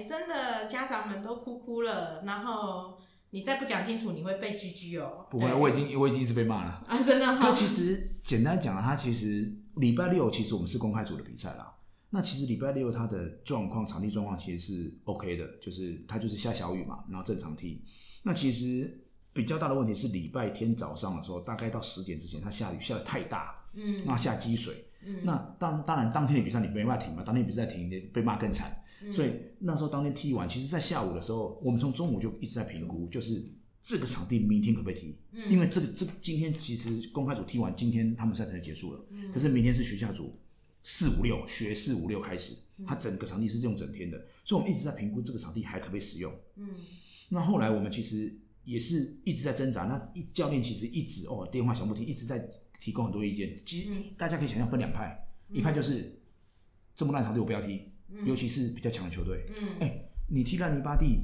真的家长们都哭哭了。然后你再不讲清楚，你会被狙击哦。不会，啊对我已经我已经一直被骂了。啊，真的它哈。其实简单讲啊，它其实礼拜六其实我们是公开组的比赛啦。那其实礼拜六它的状况、场地状况其实是 OK 的，就是它就是下小雨嘛，然后正常踢。那其实比较大的问题是礼拜天早上的时候，大概到十点之前，它下雨下的太大，嗯那下积水，嗯啊那当当然，当天的比赛你没办法停嘛，当天比赛停你被骂更嗯惨。所以那时候当天踢完，其实在下午的时候，我们从中午就一直在评估，就是这个场地明天可不可以踢？嗯因为这个这个今天其实公开组踢完，今天他们赛程就结束了，嗯可是明天是学校组四五六学四五六开始嗯，它整个场地是用整天的，所以我们一直在评估这个场地还可不可以使用。嗯那后来我们其实也是一直在挣扎，那一教练其实一直哦电话响不停，一直在提供很多意见。其实嗯大家可以想象分两派，一派就是这么烂场地我不要踢，嗯尤其是比较强的球队，哎、嗯，你踢烂泥巴地，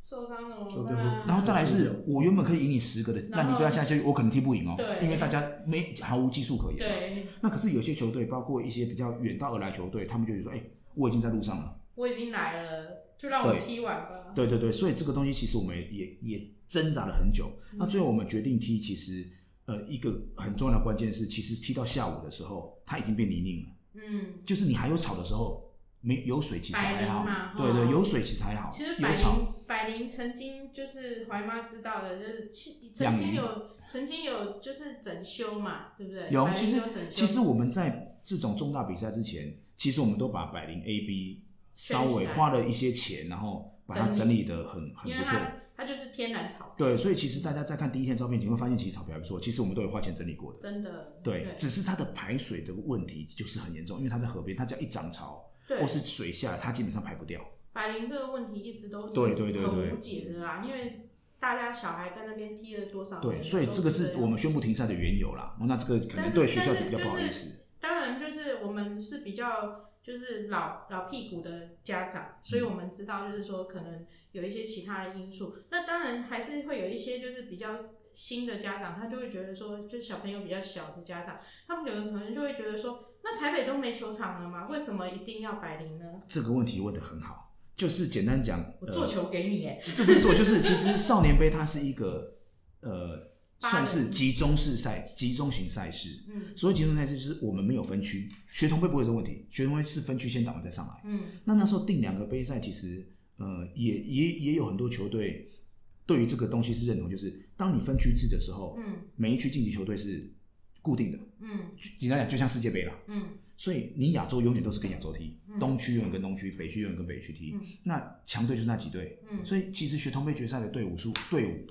受伤了就怎么就会办？然后再来是我原本可以赢你十个的，嗯然那后你对他下去我可能踢不赢哦，对因为大家没毫无技术可言。。对，那可是有些球队，包括一些比较远道而来球队，他们就觉得说，哎、我已经在路上了。我已经来了，就让我对踢完吧。对对对，所以这个东西其实我们也也挣扎了很久。嗯那最后我们决定踢，其实呃一个很重要的关键是，其实踢到下午的时候，它已经变泥泞了。嗯，就是你还有草的时候，没有水其实百还灵好嘛，对对，哈有水其实还好，其实有百草。灵百灵曾经就是怀妈知道的，就是其养曾经鱼有曾经有就是整修嘛，对不对？有百，灵其实有整修其实我们在这种重大比赛之前，其实我们都把百灵 AB 稍微花了一些钱，然后把它整理的很很因不为错。它它就是天然草对，所以其实大家在看第一天的照片，你会发现其实草皮还不错，其实我们都有花钱整理过的。真的对，只是它的排水的问题就是很严重，因为它在河边，它只要一涨潮对或是水下来，它基本上排不掉。百灵这个问题一直都是对对对对很无解的啊啦，因为大家小孩在那边踢了多少对，年所以都这个是是样我们宣布停赛的缘由啦。哦那这个可但能是对学校但是比较不好意就思是。当然，就是我们是比较就是老老屁股的家长，所以我们知道就是说可能有一些其他的因素。那当然还是会有一些就是比较新的家长，他就会觉得说，就小朋友比较小的家长，他们有的可能就会觉得说，那台北都没球场了吗？为什么一定要百灵呢？这个问题问得很好，就是简单讲，我呃做球给你哎、这这不是做，就是 其实少年杯它是一个呃，八算人是集中式赛、集中型赛事。嗯所谓集中赛事，就是我们没有分区，学童杯不会有这个问题，学童杯是分区先打完再上来。嗯那那时候定两个杯赛，其实呃也也也有很多球队对于这个东西是认同，就是当你分区制的时候，嗯每一区晋级球队是固定的，嗯就简单讲就像世界杯啦。嗯所以你亚洲永远都是跟亚洲踢，嗯东区永远跟东区，北区永远跟北区踢。嗯那强队就是那几队，嗯所以其实学童杯决赛的队伍数队伍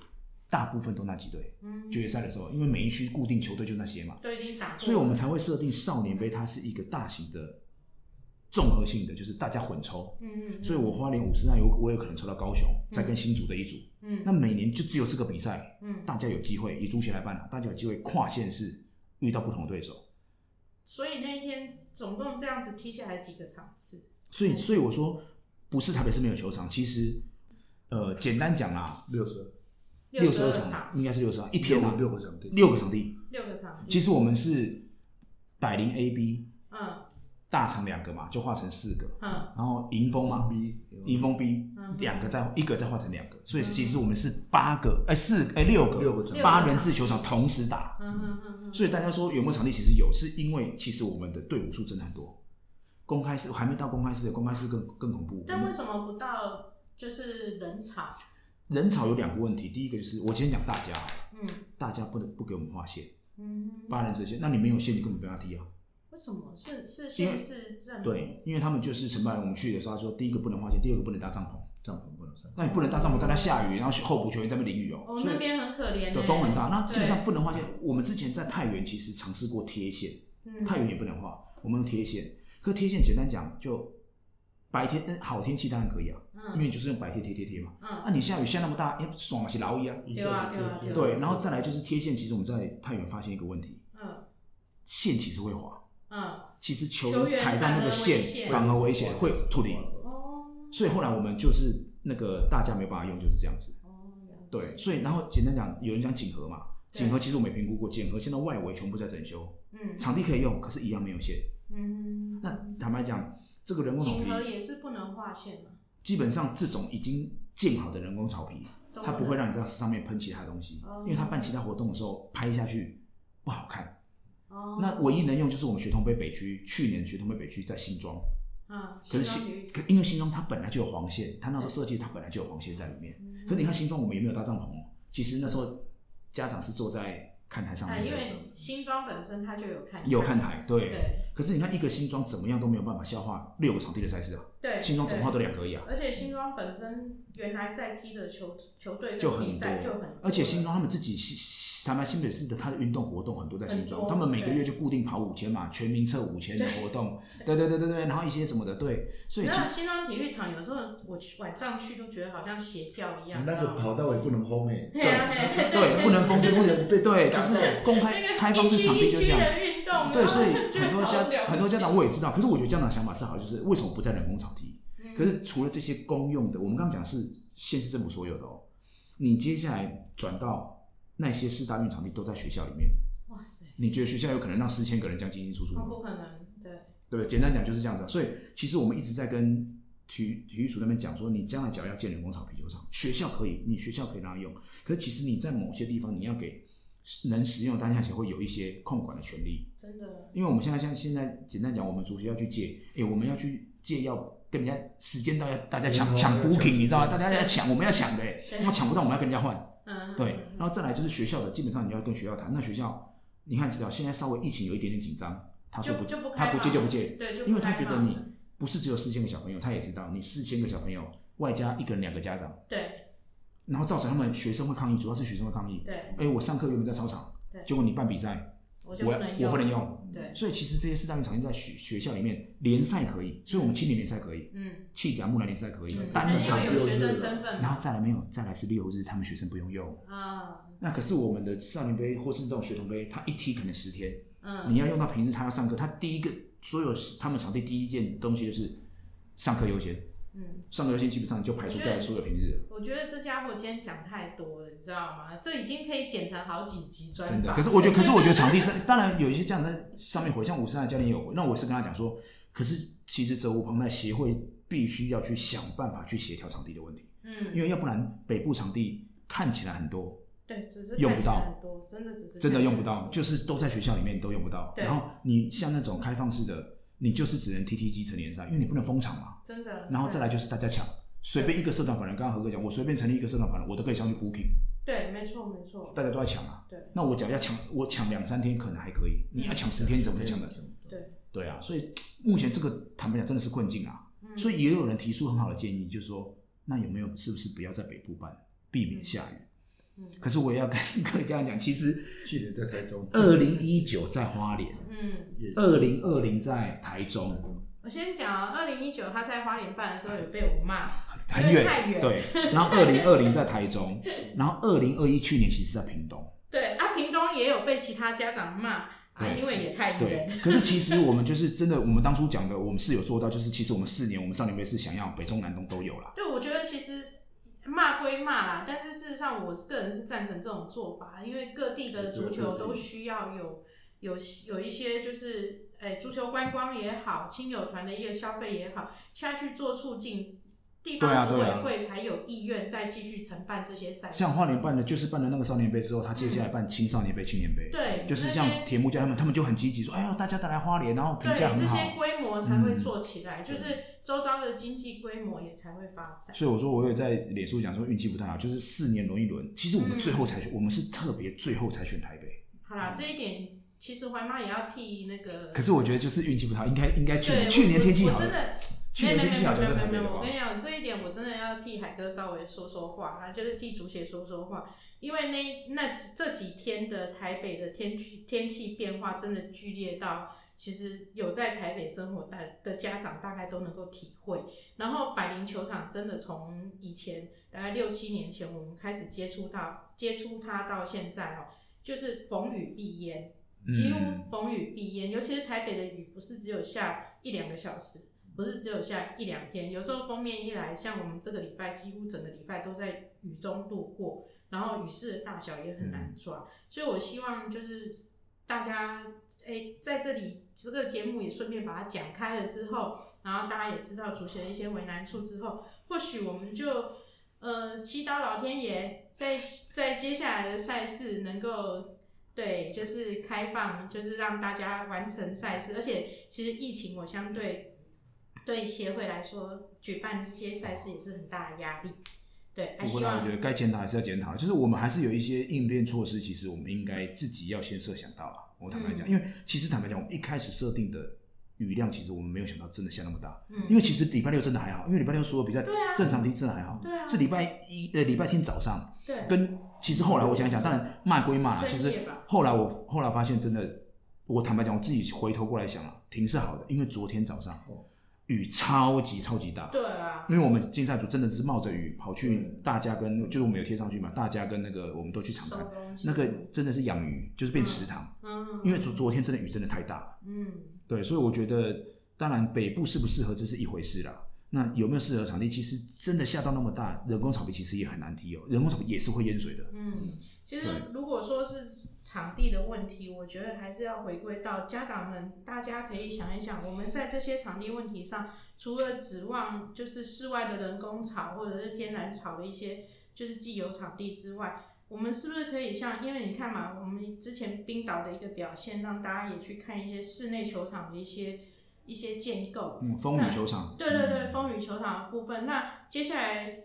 大部分都那几队。嗯，决赛的时候，因为每一区固定球队就那些嘛，都已经打过了，所以我们才会设定少年杯，它是一个大型的综合性的，就是大家混抽。嗯嗯，所以我花莲五十那有我有可能抽到高雄，再跟新竹的一组。嗯那每年就只有这个比赛，嗯大家有机会以足协来办啊了，大家有机会跨县市遇到不同的对手。所以那一天总共这样子踢下来几个场次？所以，所以我说不是台北市没有球场，其实呃，简单讲啦，六十六十十二二场，应该是六十场，一天六啊，六个场地，六个场地。六个场地。其实我们是百灵 AB 嗯大场两个嘛，就化成四个，嗯然后迎风嘛 B，迎风 B 嗯两个再一个再化成两个，所以其实我们是八个，哎四哎六六个个场地八人制球场同时打嗯，嗯嗯嗯。所以大家说有没有场地？其实有，是因为其实我们的队伍数真的很多。公开式还没到公开式，公开式更更恐怖。但为什么不到就是人场？人潮有两个问题，第一个就是我今天讲大家好了，嗯大家不能不给我们划线，嗯。八人制线，那你没有线你根本不要踢啊。为什么是是县市政？对，因为他们就是承办人，我们去的时候他说，第一个不能划线，第二个不能搭帐篷，帐篷不能上。那你不能搭帐篷，大家下雨，然后候补球员在那边淋雨哦，哦，所以那边很可怜欸。的风很大，那基本上对不能划线。我们之前在太原其实尝试过贴线，嗯太原也不能画，我们用贴线，可贴线简单讲就白天嗯好天气当然可以啊，因为嗯就是用白贴贴贴贴嘛，那嗯你下雨下那么大，哎爽嘛是劳役啊，一对啊下就对啊就啊对，然后再来就是贴线，其实我们在太原发现一个问题，嗯线其实会滑，嗯。其实球球员员踩到那反个而危线险反而危险，会脱离。哦所以后来我们就是那个大家没有办法用，就是这样子。哦。了解对，。所以然后简单讲，有人讲锦河嘛，对锦河其实我没评估过，锦河现在外围全部在整修，嗯场地可以用，可是一样没有线。嗯。那坦白讲，这个人工草锦河皮也是不能划线嘛。基本上这种已经建好的人工草皮，都它不不会能让你在上面喷其他东西哦，因为它办其他活动的时候拍下去不好看。哦。那唯一能用就是我们学通杯北区，去年学通杯北区在新庄，嗯。可是新庄体新育可因为新庄它本来就有黄线，它那时候设计它本来就有黄线在里面。嗯可是你看新庄我们也没有搭帐篷哦，其实那时候家长是坐在看台上啊，面因的，为新庄本身它就有看有看台对。对可是你看一个新庄怎么样都没有办法消化六个场地的赛事啊，对，新庄总号都对两个而已啊，而且新庄本身原来在踢的球球队就跟很比赛就很多多，而且新庄他们自己新坦白新北市的他的运动活动很多在新庄，很多他们每个对月就固定跑五千嘛，全民测五千的活动，对对对对对，然后一些什么的，对，所以其那实新庄体育场有时候我去晚上去都觉得好像邪教一样，那个跑跑道也不能轰哎，对啊对对不能封闭，不能被对，就是公那开个开放一式区场地一就区这样。的运动，对，然后所 以就很多跑家不了很多几家长我也知道，可是我觉得家长想法是好，就是为什么不在人工场踢？嗯可是除了这些公用的，我们刚刚讲是县市政府所有的哦，你接下来转到那些四大运场地都在学校里面，哇塞，你觉得学校有可能让四千个人这样进进出出那吗？不可能，对，对不对？简单讲就是这样子、啊。所以其实我们一直在跟体育体育署那边讲说，你将来只要要建人工厂、啤酒厂，学校可以，你学校可以让它用，可是其实你在某些地方你要给能使用的单项协会有一些控管的权利，真的，因为我们现在像现在简单讲，我们足协要去借，诶，我们要去借要。跟人家时间到要大家抢嗯抢要抢 booking，你知道吗？大家要抢，我们要抢的，诶对那么抢不到我们要跟人家换。嗯，对，然后再来就是学校的，基本上你要跟学校谈。那学校，你看知道现在稍微疫情有一点点紧张，他说就就不他开不借放就不借，对就不因为他开觉得放你不是只有四千个小朋友，他也知道你四千个小朋友外加一个人两个家长，对然后造成他们学生会抗议，主要是学生会抗议。对，哎，我上课原本在操场对，结果你办比赛，我就我不要能我不能用，用。对，所以其实这些四大运场地在学学校里面联赛可以，所以我们青年联赛可以，嗯，弃甲木兰联赛可以嗯，单但人是场因为地有六学生日了身份然后嘛，再来没有，再来是六日，他们学生不用用。啊，那可是我们的少年杯或是这种学童杯，他一踢可能十天，嗯，你要用到平日他要上课，他第一个所有他们场地第一件东西就是上课优先，嗯。上课优先基本上就排除掉了所有平日了，我觉得这家伙今天讲太多了，你知道吗？这已经可以剪成好几集专真的。访可是我觉得，可是我觉得场地在，当然有一些家长在上面回，像五十的教练也有回，那我是跟他讲说，可是其实责无旁贷，协会必须要去想办法去协调场地的问题，嗯，因为要不然北部场地看起来很多，对，只是用看不起来到很多，真的只是真看的起用来不到，很就多是都在学校里面都用不到。对然后你像那种开放式的，你就是只能踢踢基层联赛，因为你不能封场嘛。真的。然后对再来就是大家抢，随便一个社团法人，刚刚何哥讲，我随便成立一个社团法人，我都可以上去 booking，对，没错没错，大家都在抢啊。对那我只要抢，我抢两三天可能还可以，你要抢十天怎么可能抢的？对，对啊，所以目前这个坦白讲真的是困境啊。嗯，所以也有人提出很好的建议，就是说，那有没有是不是不要在北部办，避免下雨？嗯可是我也要跟 各位家长讲，其实去年在台中，二零一九在花莲，嗯，也二零二零在台中，我先讲啊，二零一九他在花莲办的时候有被我骂，很因为远，太远 对。然后二零二零在台中，然后二零二一去年其实在屏东，对啊，屏东也有被其他家长骂啊，对因为也太对远，。可是其实我们就是真的，我们当初讲的，我们是有做到，就是其实我们四年，我们少年杯是想要北中南东都有啦。对，我觉得其实骂归骂啦，但是事实上我个人是赞成这种做法，因为各地的对足对球对都需要有有有一些就是，哎，足球观光也好，亲友团的一个消费也好，下去做促进，地对啊方组对委啊会才有意愿再继续承办这些赛事。像花莲办的，就是办了那个少年杯之后，他接下来办青少年杯、青年杯，对，就是这像些铁木家他们，他们就很积极说，哎呀，大家都来花莲，然后评对价很这好。些规模才会嗯做起来，就是周遭的经济规模也才会发展。所以我说，我有在脸书讲说运气不太好，就是四年轮一轮。其实我们最后嗯才选，我们是特别最后才选台北。好啦，这一点其实怀妈也要替那 个。可是我觉得就是运气不太好，应该应该去对，年去年天气我好我真了，的，去没有年没有没天气有好就没有在没有没台北有，的我话跟，你讲，这一点我真的要替海哥稍微说说话，啊，就是替竹协说说话，因为那那几这几天的台北的天气天气变化真的剧烈到。其实有在台北生活的的家长大概都能够体会，然后百灵球场真的从以前大概六七年前我们开始接触到接触它到现在哦，就是逢雨必淹，几乎嗯，逢雨必淹，尤其是台北的雨，不是只有下一两个小时，不是只有下一两天，有时候封面一来，像我们这个礼拜几乎整个礼拜都在雨中度过，然后雨势的大小也很难抓，所以我希望就是大家诶在这里这个节目也顺便把它讲开了之后，然后大家也知道主持人一些为难处之后，或许我们就呃祈祷老天爷在在接下来的赛事能够对，就是开放，就是让大家完成赛事，而且其实疫情我相对对协会来说举办这些赛事也是很大的压力，对，还不过希呢，望我觉得该检讨还是要检讨，就是我们还是有一些应变措施，其实我们应该自己要先设想到了。我坦白讲，嗯因为其实坦白讲，我们一开始设定的雨量其实我们没有想到真的下那么大，嗯因为其实礼拜六真的还好，因为礼拜六所有比赛对啊正常踢真的还好，对啊是礼拜一呃礼拜天早上对，跟其实后来我想想，当然骂归骂啦，深夜其实吧后来我后来发现真的，我坦白讲，我自己回头过来想啊，挺是好的，因为昨天早上哦雨超级超级大，对嗯啊，因为我们竞赛组真的是冒着雨跑去大家跟就是我们有贴上去嘛，大家跟那个我们都去场收看，东西那个真的是养鱼，就是变池塘，嗯，因为昨昨天真的雨真的太大了，嗯对，所以我觉得当然北部适不适合这是一回事啦。那有没有适合场地？其实真的下到那么大，人工草皮其实也很难踢哦，人工草皮也是会淹水的。嗯，其实对如果说是场地的问题，我觉得还是要回归到家长们，大家可以想一想，我们在这些场地问题上，除了指望就是室外的人工草或者是天然草的一些就是既有场地之外，我们是不是可以像，因为你看嘛，我们之前冰岛的一个表现，让大家也去看一些室内球场的一些一些建构，嗯，风雨球场。对对对，嗯风雨球场的部分。那接下来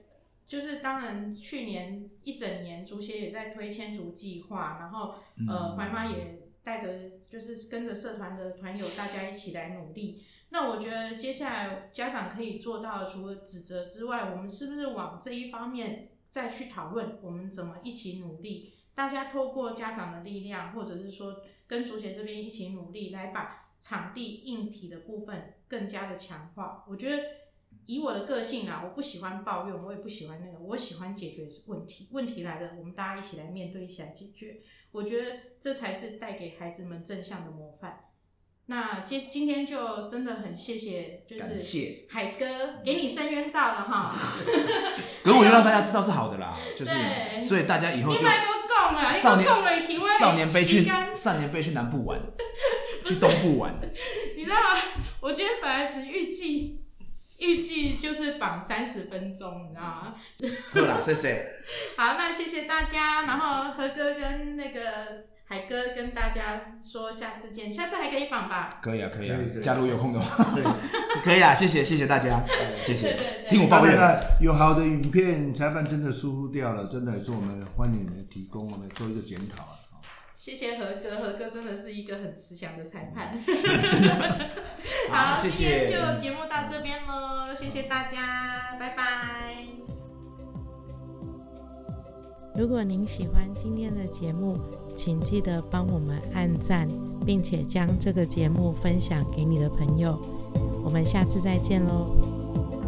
就是，当然去年一整年，足协也在推迁足计划，然后呃，嗯怀妈也带着就是跟着社团的团友大家一起来努力。那我觉得接下来家长可以做到，除了指责之外，我们是不是往这一方面再去讨论，我们怎么一起努力？大家透过家长的力量，或者是说跟足协这边一起努力，来把场地硬体的部分更加的强化。我觉得以我的个性啊，我不喜欢抱怨，我也不喜欢那个，我喜欢解决问题。问题来了，我们大家一起来面对，一起来解决。我觉得这才是带给孩子们正向的模范。那今今天就真的很谢谢，就感是谢海哥给你伸冤到了哈。 可是我就让大家知道是好的啦，就是对所以大家以后你就别跟我讲啊你少跟我讲下去年我会少年杯吸去干少年杯去南部玩，去东 部玩，你知道吗？我今天本来只预计预计就是绑三十分钟，你知道吗？好啦，谢谢。好，那谢谢大家，然后何哥跟那个海哥跟大家说下次见，下次还可以绑吧？可以啊，可以啊可以可，以假如有空的话，对， 可以啊，谢谢谢谢大家，谢谢对对对，听我当抱然怨，了，有好的影片，裁判真的疏忽掉了，真的也是我们欢迎你们提供，我们做一个检讨啊。好谢谢何哥，何哥真的是一个很慈祥的裁判。 好谢今天谢就节目到这边喽，谢谢大家，拜拜。如果您喜欢今天的节目，请记得帮我们按赞，并且将这个节目分享给你的朋友。我们下次再见喽。